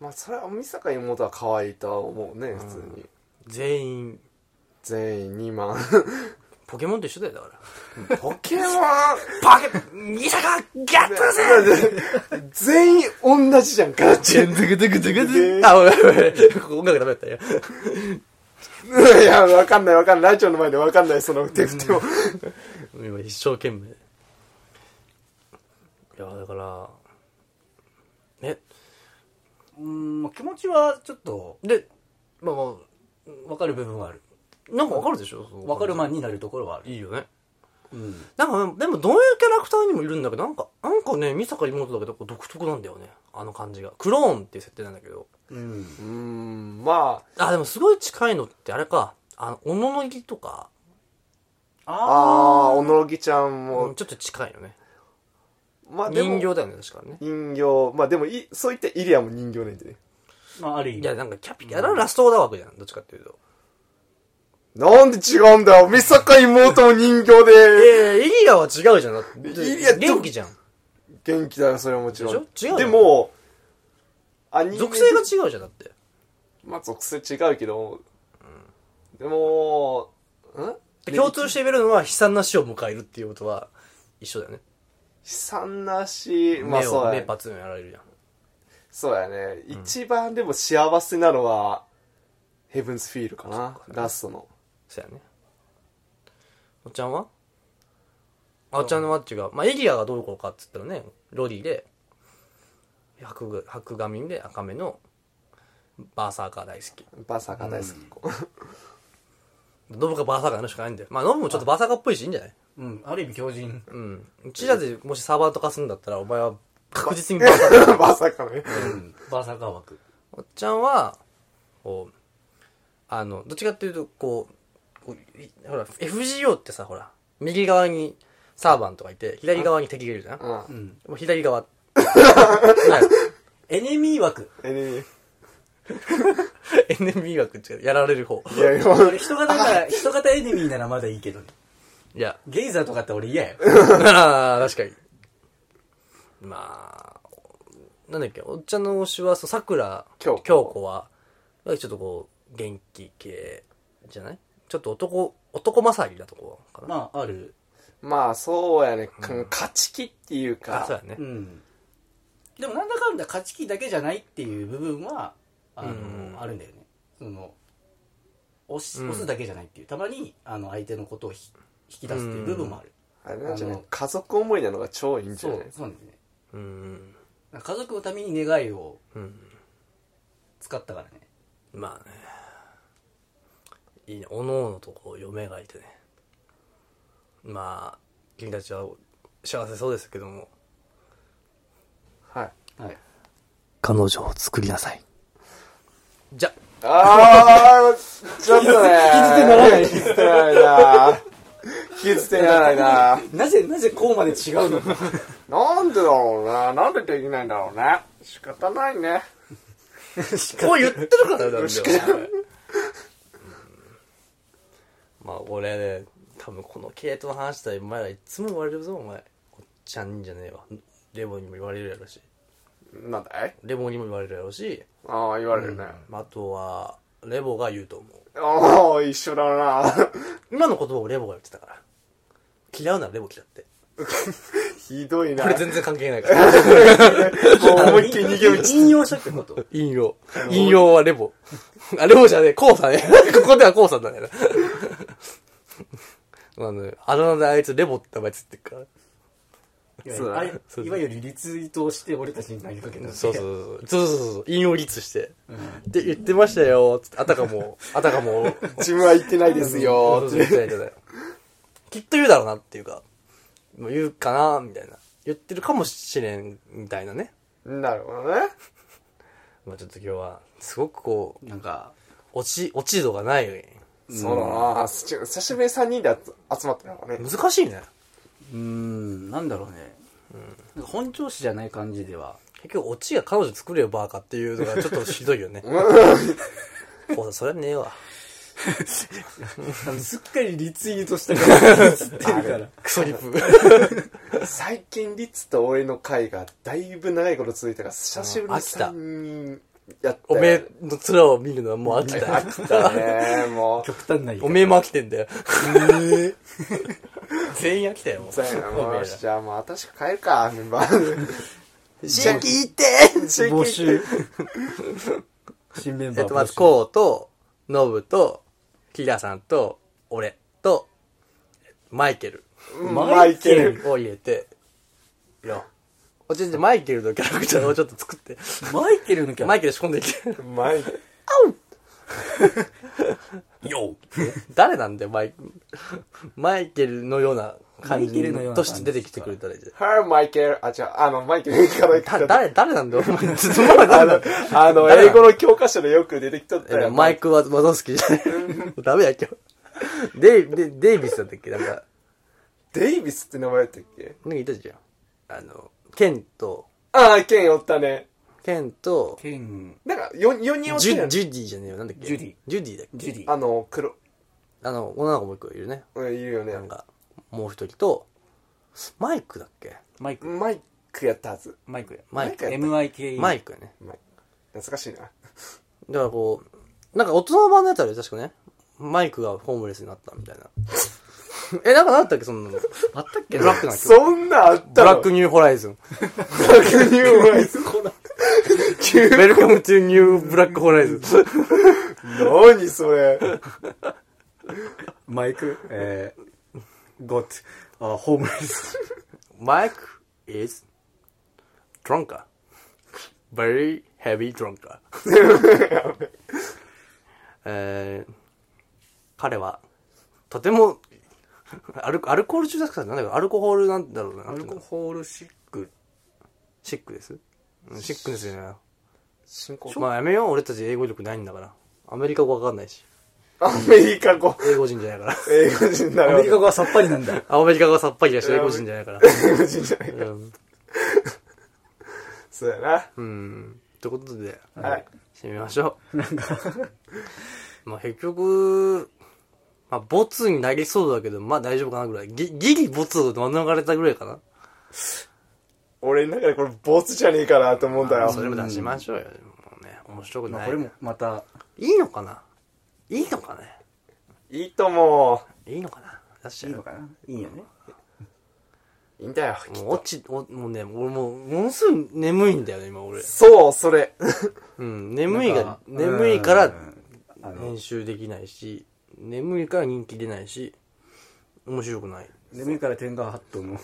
B: まあ、それは、美坂妹は可愛いとは思うね、普通に。
A: 全員
B: 全員2万。
A: ポケモンと一緒だよだから
B: ポ [laughs] ケモン
A: パケミサカギャップせ
B: 全員同じじゃん、ガチ。
A: 全ズグズグズグズあ、おいおいおい音楽ダメだったよ。
B: いや、わかんないわかんない。ラジオの前でわかんない、その手振っても。
A: 今一生懸命いやだからね
C: うん、まあ気持ちはちょっと、
A: でまあま
C: わかる部分はある。
A: あなんかわかるでしょその
C: わかるマンになるところはある。
A: いいよね
C: うん。
A: なんかでもどういうキャラクターにもいるんだけどなんかなんかね美坂妹だけどこう独特なんだよねあの感じがクローンっていう設定なんだけど
C: うん。
B: うーん、ま
A: あでもすごい近いのってあれかあのおののぎとか
B: あ、ああ、おのろぎちゃん
A: う
B: も
A: ん、ちょっと近いよね
B: まあでも、
A: 人形だよね確かね
B: 人形、まあでもい、そういったイリアも人形なんでね。
C: まあ、ある意
A: い
C: 味
A: や。なんかキャピキャララストオーダー枠じゃんどっちかっていうと
B: なんで違うんだよ美坂妹も人形で
A: ええイリアは違うじゃんだって
B: イリア
A: 元気じゃん
B: 元気だよ、それはもちろん
A: で。しょ違うよ
B: でも、アニメ
A: 属性が違うじゃんだって
B: まあ属性違うけど、でも、ん悲
A: で共通して見るのは悲惨な死を迎えるっていうことは一緒だよね。
B: 惨なし、まあ
A: 目
B: そう
A: を、
B: や
A: 目
B: ね。
A: パツンやられるじゃん。
B: そうやね。一番でも幸せなのは、ヘブンズフィールかな。ラストの。
A: そうやね。おっちゃんはあおっちゃんのマッチが、まあエリアがどういう子かっつったらね、ロリーで、白ぐ白髪で赤目のバーサーカー大好き。
B: バサカ大好き。
A: ノブがバーサーカーやるしかないんだよ。まあノブもちょっとバーサーカーっぽいしいいんじゃない
C: うん。ある意味強靭。
A: うん。うちらでもしサーバーとかするんだったら、お [laughs] 前は確実にバーサーカー。
B: [laughs] バサカね。
C: うん。バーサーカー枠。
A: おっちゃんはこうあのどっちかっていうとこうこういほら FGO ってさほら右側にサーバンとかいて左側に敵がいるじゃん
B: う
A: も
B: ん。
C: うん。
A: う左側はい
C: エネミー枠。
B: えね
A: [laughs] エネミー枠っていうかやられる方
B: いやいや、
C: 俺人型が、人型エネミーならまだいいけど、
A: い [laughs] や
C: ゲイザーとかって俺嫌よ。
A: あー確かにまあなんだっけおっちゃんの推しはそうさくら
B: 京子
A: 京子はちょっとこう元気系じゃないちょっと男男勝りなとこかな。
C: まあある
B: まあ、そうやね。か勝ち気っていう
A: あそう
B: か、
A: やね
C: う。んでもなんだかんだ勝ち気だけじゃないっていう部分はあの、
A: うん
C: あるんだよねその押し
A: うん
C: 押すだけじゃないっていうたまにあの相手のことをひ引き出すっていう部分もある、
B: あれなんじゃな
C: あ
B: い
C: の
B: 家族思いなのが超いいんじ
C: そ
B: ゃ
C: う
B: な
C: そ
B: い
C: うなんですね
A: うん。
C: なんか家族のために願いを
A: うん。
C: 使ったからね
A: まあね。いいね。おのおのとこう、嫁がいてね。まあ、君たちは幸せそうですけども。
B: はい。
C: はい
A: 彼女を作りなさい。じゃ、
B: あー、ちょっとね。気づてならないな。気づてならないな。
C: なぜなぜこうまで違うのか
B: なんでだろうな。なんでできないんだろうね。仕方ないね。
A: こう言ってるからダメなんだよ。まあ俺ね、多分この系統の話したらお前らいつも言われるぞ、お前。こっちゃんじゃねえわ。レボにも言われるやろし。
B: なんだい
A: レボにも言われるやろし。
B: ああ、言われるね。
A: あとは、レボが言うと思う。
B: おー、一緒だな。 [laughs]
A: 今の言葉をレボが言ってたから。嫌うならレボ嫌って。
B: ひどいな。
A: これ全然関係ないから。
B: もう思いっきり逃げ道。
C: 引用したってこと
A: 引用。引用はレボ。あ、レボじゃねえ、コウさんね。 [laughs] ここではコウさんだね。 [laughs] あの、あだ名であいつレボって名前つってっから。
C: い
B: そうだ
C: わ
B: ね
C: ゆるあれいわゆるリツイートをして俺たちに投げかけた
A: そうそうそう。そうそうそう。引用率して。って言ってましたよ。つってあたかも、あたかも、
B: 自分は言ってないですよ。
A: そうそう言ってない言ってないきっと言うだろうなっていうか、もう言うかな、みたいな。言ってるかもしれん、みたいなね。
B: なるほどね。
A: まあちょっと今日は、すごくこう、
C: なんか
A: 落ち、落ち度がない。
B: そうだな。あすち久しぶりに3人で集集まったのかね。
A: 難しいね。
C: うーんなんだろうね、なんか本調子じゃない感じでは
A: 結局、落ちが彼女作れよ、バーカっていうのがちょっとひどい [laughs] よね。こうさ、それはねえわ。
C: あの [laughs] すっかりリツイートしたからリツってるから
A: クソリップ。
B: 最近、リツと俺の会がだいぶ長いこと続いたから、久しぶりに3人やった
A: お
B: よ
A: めえの面を見るのはもう飽きたよ。
B: 飽きたね、もう。
C: [laughs] 極端な言い方
A: おめえも飽きてんだよ。 [laughs] 全員飽きたよ、もう。
B: そうやな
A: おめ
B: も
A: え
B: う
A: ら
B: しじゃあもう新しく変えるか、メンバー。
A: 新規行って
C: 募集新メン
A: え
C: [laughs] バー募集
A: っと、まず、こうと、ノブと、キラさんと、俺と、マイケル
B: マイケル。
A: を入れて、よ。おちんちマイケルのキャラクターをちょっと作って、
C: マイケルのキャ
A: マ
C: ラ
A: イケル仕込んでいけ。
B: マイケル。
C: よ
A: 誰なんだよ、マイ、マイケルのような感
C: マイ
A: じ
C: ケルのような
A: と
C: 感じ
A: して出てきてくれたらいいじゃん
B: Her マイケル。あ、違う、あの、マイケルから来
A: だ
B: た。
A: 誰、誰なんだよ、お
C: [laughs]
A: 前。ちょっとまだ
B: あの、 [laughs] あの、
A: 誰
B: 英語の教科書でよく出てきとった
A: え
B: よ。
A: マイク・ワワゾフスキーじゃない。
C: [laughs]
A: ダメや、今日。デイ、デイデイビスだったっけなんか、
B: デイビスって名前やったっけ
A: なんかいたじゃん。あの、ケンと、
B: ああ、ケンおったね。
A: ケンと、
C: ケン
B: なんか、よ、4人おっ
A: ジ
B: たよ
A: ュ
B: ね。
A: ジュディじゃねえよ、なんだっけ
C: ジュディ
A: ジュディだっ
C: ジュ
A: け
C: ディ
B: あの、黒、
A: あの、女の子も一個いるね。
B: うん、いるよね
A: な。んか、もう一人と、マイクだっけ
C: マイク
B: マイクやったはず。
C: マイクや
A: マイク。
C: MIKE
A: マイクやね。
B: マイク懐かしいな。
A: だからこう、なんか大人版のやつあるよ、確かね。マイクがホームレスになったみたいな。 [laughs] え、なんかなんだったっけ、そんなの。
C: あったっけ
A: ブラックな曲。
B: そんなあっ
A: ブ
B: た
A: ラック
B: ニ
A: ニューホライズン。
B: ュー。ブラックニューマイス。
A: ウェルカムトゥニューブラックホライズン。
B: 何それ。
C: マイクえー、ゴッドあホームレス
A: Mike is drunker. Very heavy
C: [laughs]
A: drunker. えー彼は、とても、アルアルコール中だからなんだけど、アルコールなんだろうな。
C: アルコホールシック
A: シックです。うんシックですよね。
B: 進行
A: まあやめよう、俺たち英語力ないんだから。アメリカ語わかんないし。
B: アメリカ語。
A: 英語人じゃないから。 [laughs]
B: 英語人だ
C: ア
B: よ。
C: メリカ語はさっぱり [laughs] なんだ
A: アメリカ語さっぱりだし、英語人じゃないから。
B: 英語人じゃない。
A: うん。
B: そうや
A: うん。ということで、
B: な。はい。
A: してみましょう。 [laughs] まあ結局、まあ、ボツになりそうだけど、まあ大丈夫かなぐらい。ぎギリボツを免れたぐらいかな。
B: 俺の中でこれボツじゃねえかなと思うんだよ
A: そ。れも出しましょうよ。もうね、面白く
C: ま
A: な
C: あ
A: い。
C: これもまた
A: いいのかないいのかね
B: いいとも
A: いいのかな出しち
C: い
A: ゃ
C: いうのかないいよね
B: いいんだよ
A: もう落ちおもうね俺もうものすごい眠いんだよね今俺
B: そうそれ
A: うん眠い
C: なん
A: が眠いから
C: うんあの
A: 編集できないし眠いから人気出ないし面白くない [laughs]
C: 眠いから天がハットも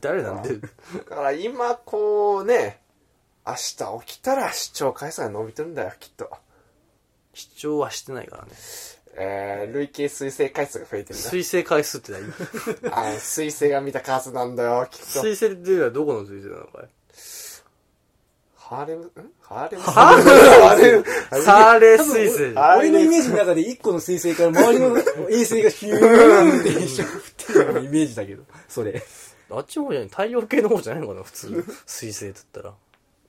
A: 誰なんて
B: だから今こうね明日起きたら視聴回数が伸びてるんだよきっと
A: 視聴はしてないからね
B: えー、累計推薦回数が増えてる
A: 水星回数って何
B: なあの推薦が見た数なんだよきっ
A: [laughs]
B: と
A: 水星っていうのはどこの水星なのかい
B: ハーレムんハーレムハーレム
A: サーレー水星
B: あれ
C: 俺のイメージの中で一個の彗星から周りの衛星がヒューンって一緒に降ってるようなイメージだけどそれ
A: あっちの方じゃない太陽系の方じゃないのかな普通水星って言ったら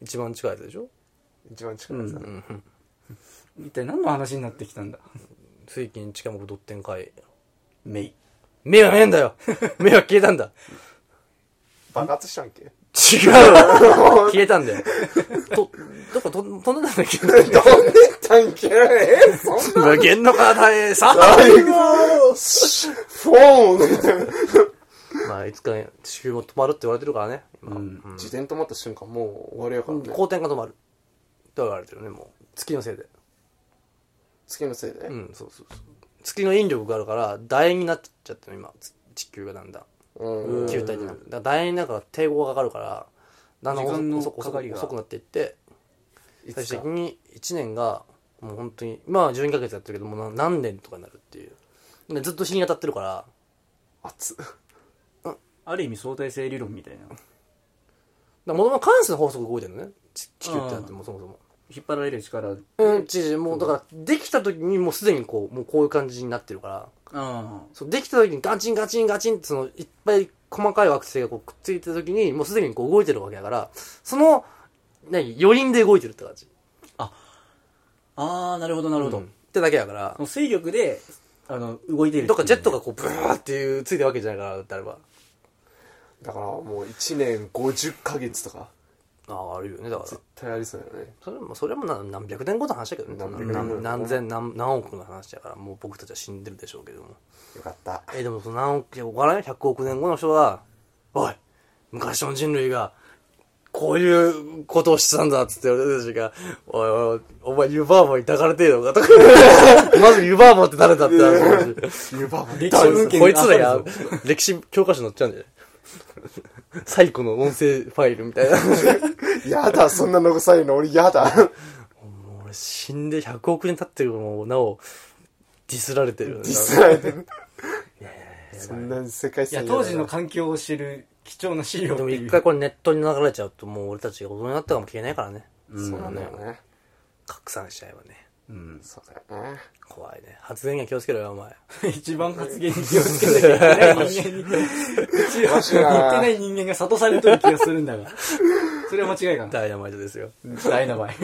A: 一番近いやつでしょ
B: 一番近いやつだ
C: 一体何の話になってきたんだ
A: 水金近目ドッテン会
C: メイ
A: 目はねえんだよ目は消えたんだ
B: 爆発したんけ
A: 違う [laughs] わ消えたんだよとどこと飛んでたんだっ [laughs] け
B: 飛んでったんけえそん
A: 無限の体へ [laughs] さ
B: フォーン
A: まあいつかね地球も止まるって言われてるからね今
B: 自転止まった瞬間もう終わりやからね
A: 光点が止まると言われてるねもう月のせいで
B: 月のせいで
A: うんそうそうそう月の引力があるから楕円になっちゃってる今つ地球がだんだん
B: うん
A: 球体じゃなくてだから楕円になるから抵抗がかかるからだんだん
C: 時間の
A: 遅く遅く
C: かかりが
A: 遅くなっていって
B: い
A: 最
B: つ
A: 終
B: か
A: 的に1年がもう本当にまあ12ヶ月やってるけどもうな何年とかになるっていうでずっと日に当たってるから
B: 熱っ
C: ある意味相対性理論みたいな
A: だもともと関数の法則動いてるのねち地球ってだってもうそもそも
C: 引っ張られる力うん
A: うんちちもうだからできた時にもうすでにこうもうこういう感じになってるからそうできた時にガチンガチンガチンってそのいっぱい細かい惑星がこうくっついてた時にもうすでにこう動いてるわけだからその何余韻で動いてるって感じ
C: ああなるほどなるほど、
A: ってだけだから
C: その水力であの動いてる
A: どっかジェットがこうブワーっていうついてるわけじゃないからってあれば
B: だからもう1年50ヶ月とか
A: あああるよねだから
B: 絶対ありそうだよね
A: それもそれもな何百年後の話だけどね
B: 何百年後
A: 何何千何何億の話だからもう僕たちは死んでるでしょうけども
B: よかった
A: えーでもその何億いやわからない100億年後の人がおい昔の人類がこういうことをしてたんだっつって俺たちが「おいおいお前湯婆婆に抱かれてえのか」とか「まず湯婆婆って誰だ?」って話
B: 湯婆婆
C: 歴
A: 多
C: 史文
A: 分
C: 献
A: こいつら
C: あ
A: や
C: そうで、
A: 歴史教科書載っちゃうんじゃない最古の音声ファイルみたいな。
B: やだそんな残されるの俺や [laughs] だ
A: もう俺死んで100億年経ってるのもなお、ディスられてるよね。
B: そんな世界遺
C: す
B: 産じ
C: よいや
B: ゃな
C: 当時の環境を知る貴重な資料っ
A: で
C: て
A: も
C: いう
A: 一回これネットに流れちゃうともう俺たちが大人になったかも消えないからね。
B: そうなんだよね
A: 拡散しちゃえばね。
C: うん、
B: そうだよね
A: 怖いね。発言には気をつけろよ、お前。
C: 一番発言に気をつけなきゃいけない人間に一番言ってない人間が諭されてる気がするんだがそれは間違いかな
A: ダイナマイトですよ。
C: ダイナマイ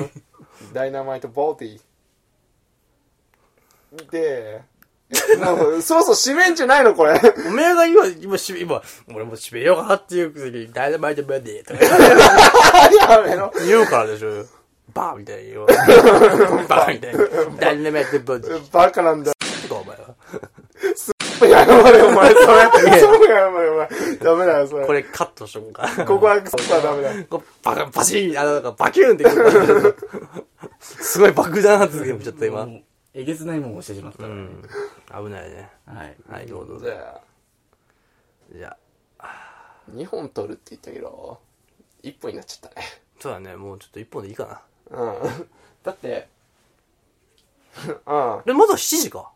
B: ダイナマイトボディでも [laughs] うそろそろ締めんじゃないのこれ
A: おめえが今、今、し今、俺も締めようかなっていう時に、ダイナマイトバディとか
B: やめろ
A: [laughs] 言うからでしょ。バーみたいに言う。 [laughs] バーみたいに。ダイナマイトバディ
B: バカなんだ
A: とか、お前は。
B: やばいお前それそうやばいお前ダメだよそれ
A: これカットしとこうか。
B: ここはクソはダメだ
A: こうバカ、バシン、あの、なんかバキューンって言う。 [laughs] すごい爆弾発言もちょっと今。
C: えげつないもんをしてしまった、
A: うん。危ないね。
C: はい
A: はい、どうぞどう
B: じ
A: ぞ。
B: ゃ
A: じゃあ、
B: あ2本取るって言ったけど1本になっちゃったね
A: そうだね、もうちょっと一本でいいかな。
B: うんだって [laughs] うん
A: で、まだ7時か。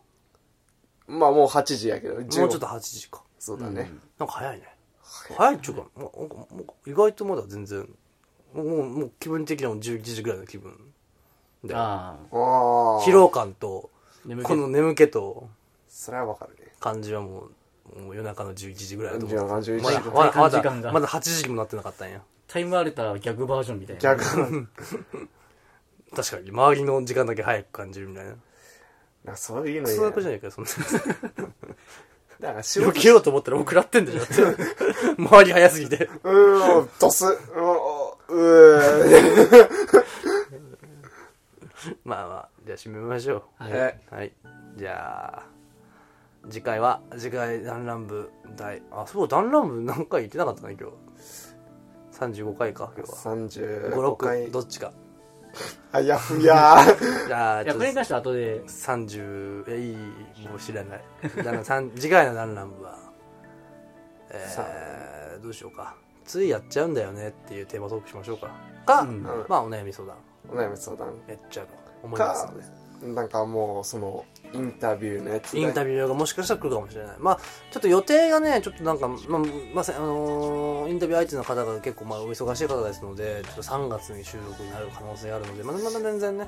B: まあもう8時やけどもう
A: もうちょっと8時か。
B: そうだね、
A: なんか早いね。早いっちゅうか、もうなんかもう意外とまだ全然、もう、もう気分的にはもう11時ぐらいの気分。で、
C: あ
B: あ
C: あ
B: あ
A: 疲労感と、
C: 眠気
A: この眠気と
B: それはわかるね
A: 感じはもう、もう夜中の11時ぐらいだと
B: じ
A: 思
B: ゃあ
A: う。
B: 11
A: まだ、
B: 時
A: まだ、ま
C: 体感時間
A: だ、
C: が
A: まだ8時にもなってなかったんや。
C: タイムアルタ逆バージョンみたいな
B: 逆なんだ
A: 確かに、周りの時間だけ早く感じるみたいな。
B: なんかそういうの
A: ク
B: いい
A: ソ
B: ね
A: な子じゃないかよ、そんな。
B: だから仕
A: 避
B: 事
A: けようと [laughs] 思ったらもう食らってんでしょ、だって。周り早すぎて。
B: うーんドスうーんうーん
A: まあまあ、じゃあ締めましょう。
B: え
A: はい。じゃあ、次回は、次回、弾丸部第、あ、そう、弾丸部何回言ってなかったね、今日。35回か、今日は。5、
B: 35
A: 6
B: 回
A: 回、。どっちか。
B: あ、やふや
A: [laughs]
B: ー。
A: じゃあ、
C: い
A: ちょ
C: や、
A: っ
C: ことれに関しては後で、
A: 30、えい、もう知らない。だから、さん [laughs] 次回の弾丸部は、えー、どうしようか。ついやっちゃうんだよねっていうテーマトークしましょうか。か、
C: うん
A: まあ、お悩み相談。
B: お悩み相談。
A: やっちゃうと思います
B: か
A: ので。、
B: なんかもう、その、インタビューのやつで
A: インタビューがもしかしたら来るかもしれない。まあ、ちょっと予定がね、ちょっとなんか、まあ、まさ、あのーインタビュー相手の方が結構、まあ、お忙しい方ですので、ちょっと3月に収録になる可能性があるので、まだまだ全然ね、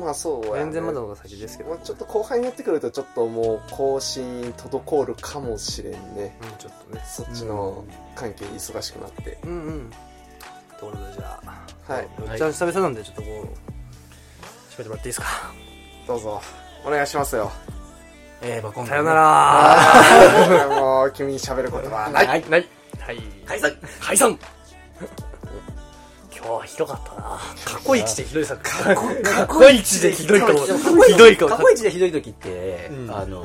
B: まあそうやね
A: 全然まだまだ先ですけど、
B: も
A: うん
B: う、ちょっと後半になってくると、ちょっともう、更新滞るかもしれんね。
A: ちょっとね。
B: そっちの関係忙しくなって。
A: うんうん。ところで、じゃあ、
B: はい、
A: じゃあ久々なんで、ちょっとこう、締めてもらっていいですか。
B: どうぞ。お願いしますよ。
C: えー、バコン。
A: さよな。ら
B: もう、君に喋ることはない。
C: はい。
A: ないはい。
C: 解散解散
A: 今日はひどかったな過去一でひどい作過
C: 過
A: 去一でひどいかも。ひどいかも
C: 過。去一でひどい時って、
A: うん
C: あの、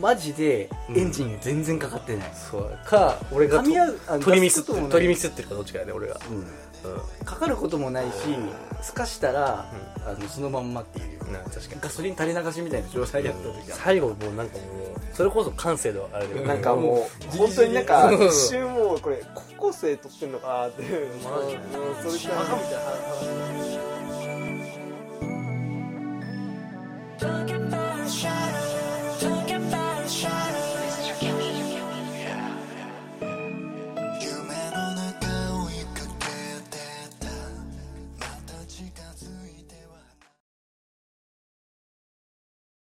C: マジでエンジン全然かかってない。
A: そうか、俺が
C: 噛み合うあの
A: 取りミス
C: 出すこともない
A: 取りミスってるかどっちかやね俺が
C: うん
A: う
C: かかることもないし、すかしたら、あのそのまんまっていう。
A: んなんか確かに
C: ガソリン垂れ流しみたいな状態やった時が。
A: 最後もうなんかもうそれこそ感性のあれで
B: なんかも [laughs] う、本当になんか、一瞬もう、これ、高校生撮ってんのかなって。もうそれから
A: たいな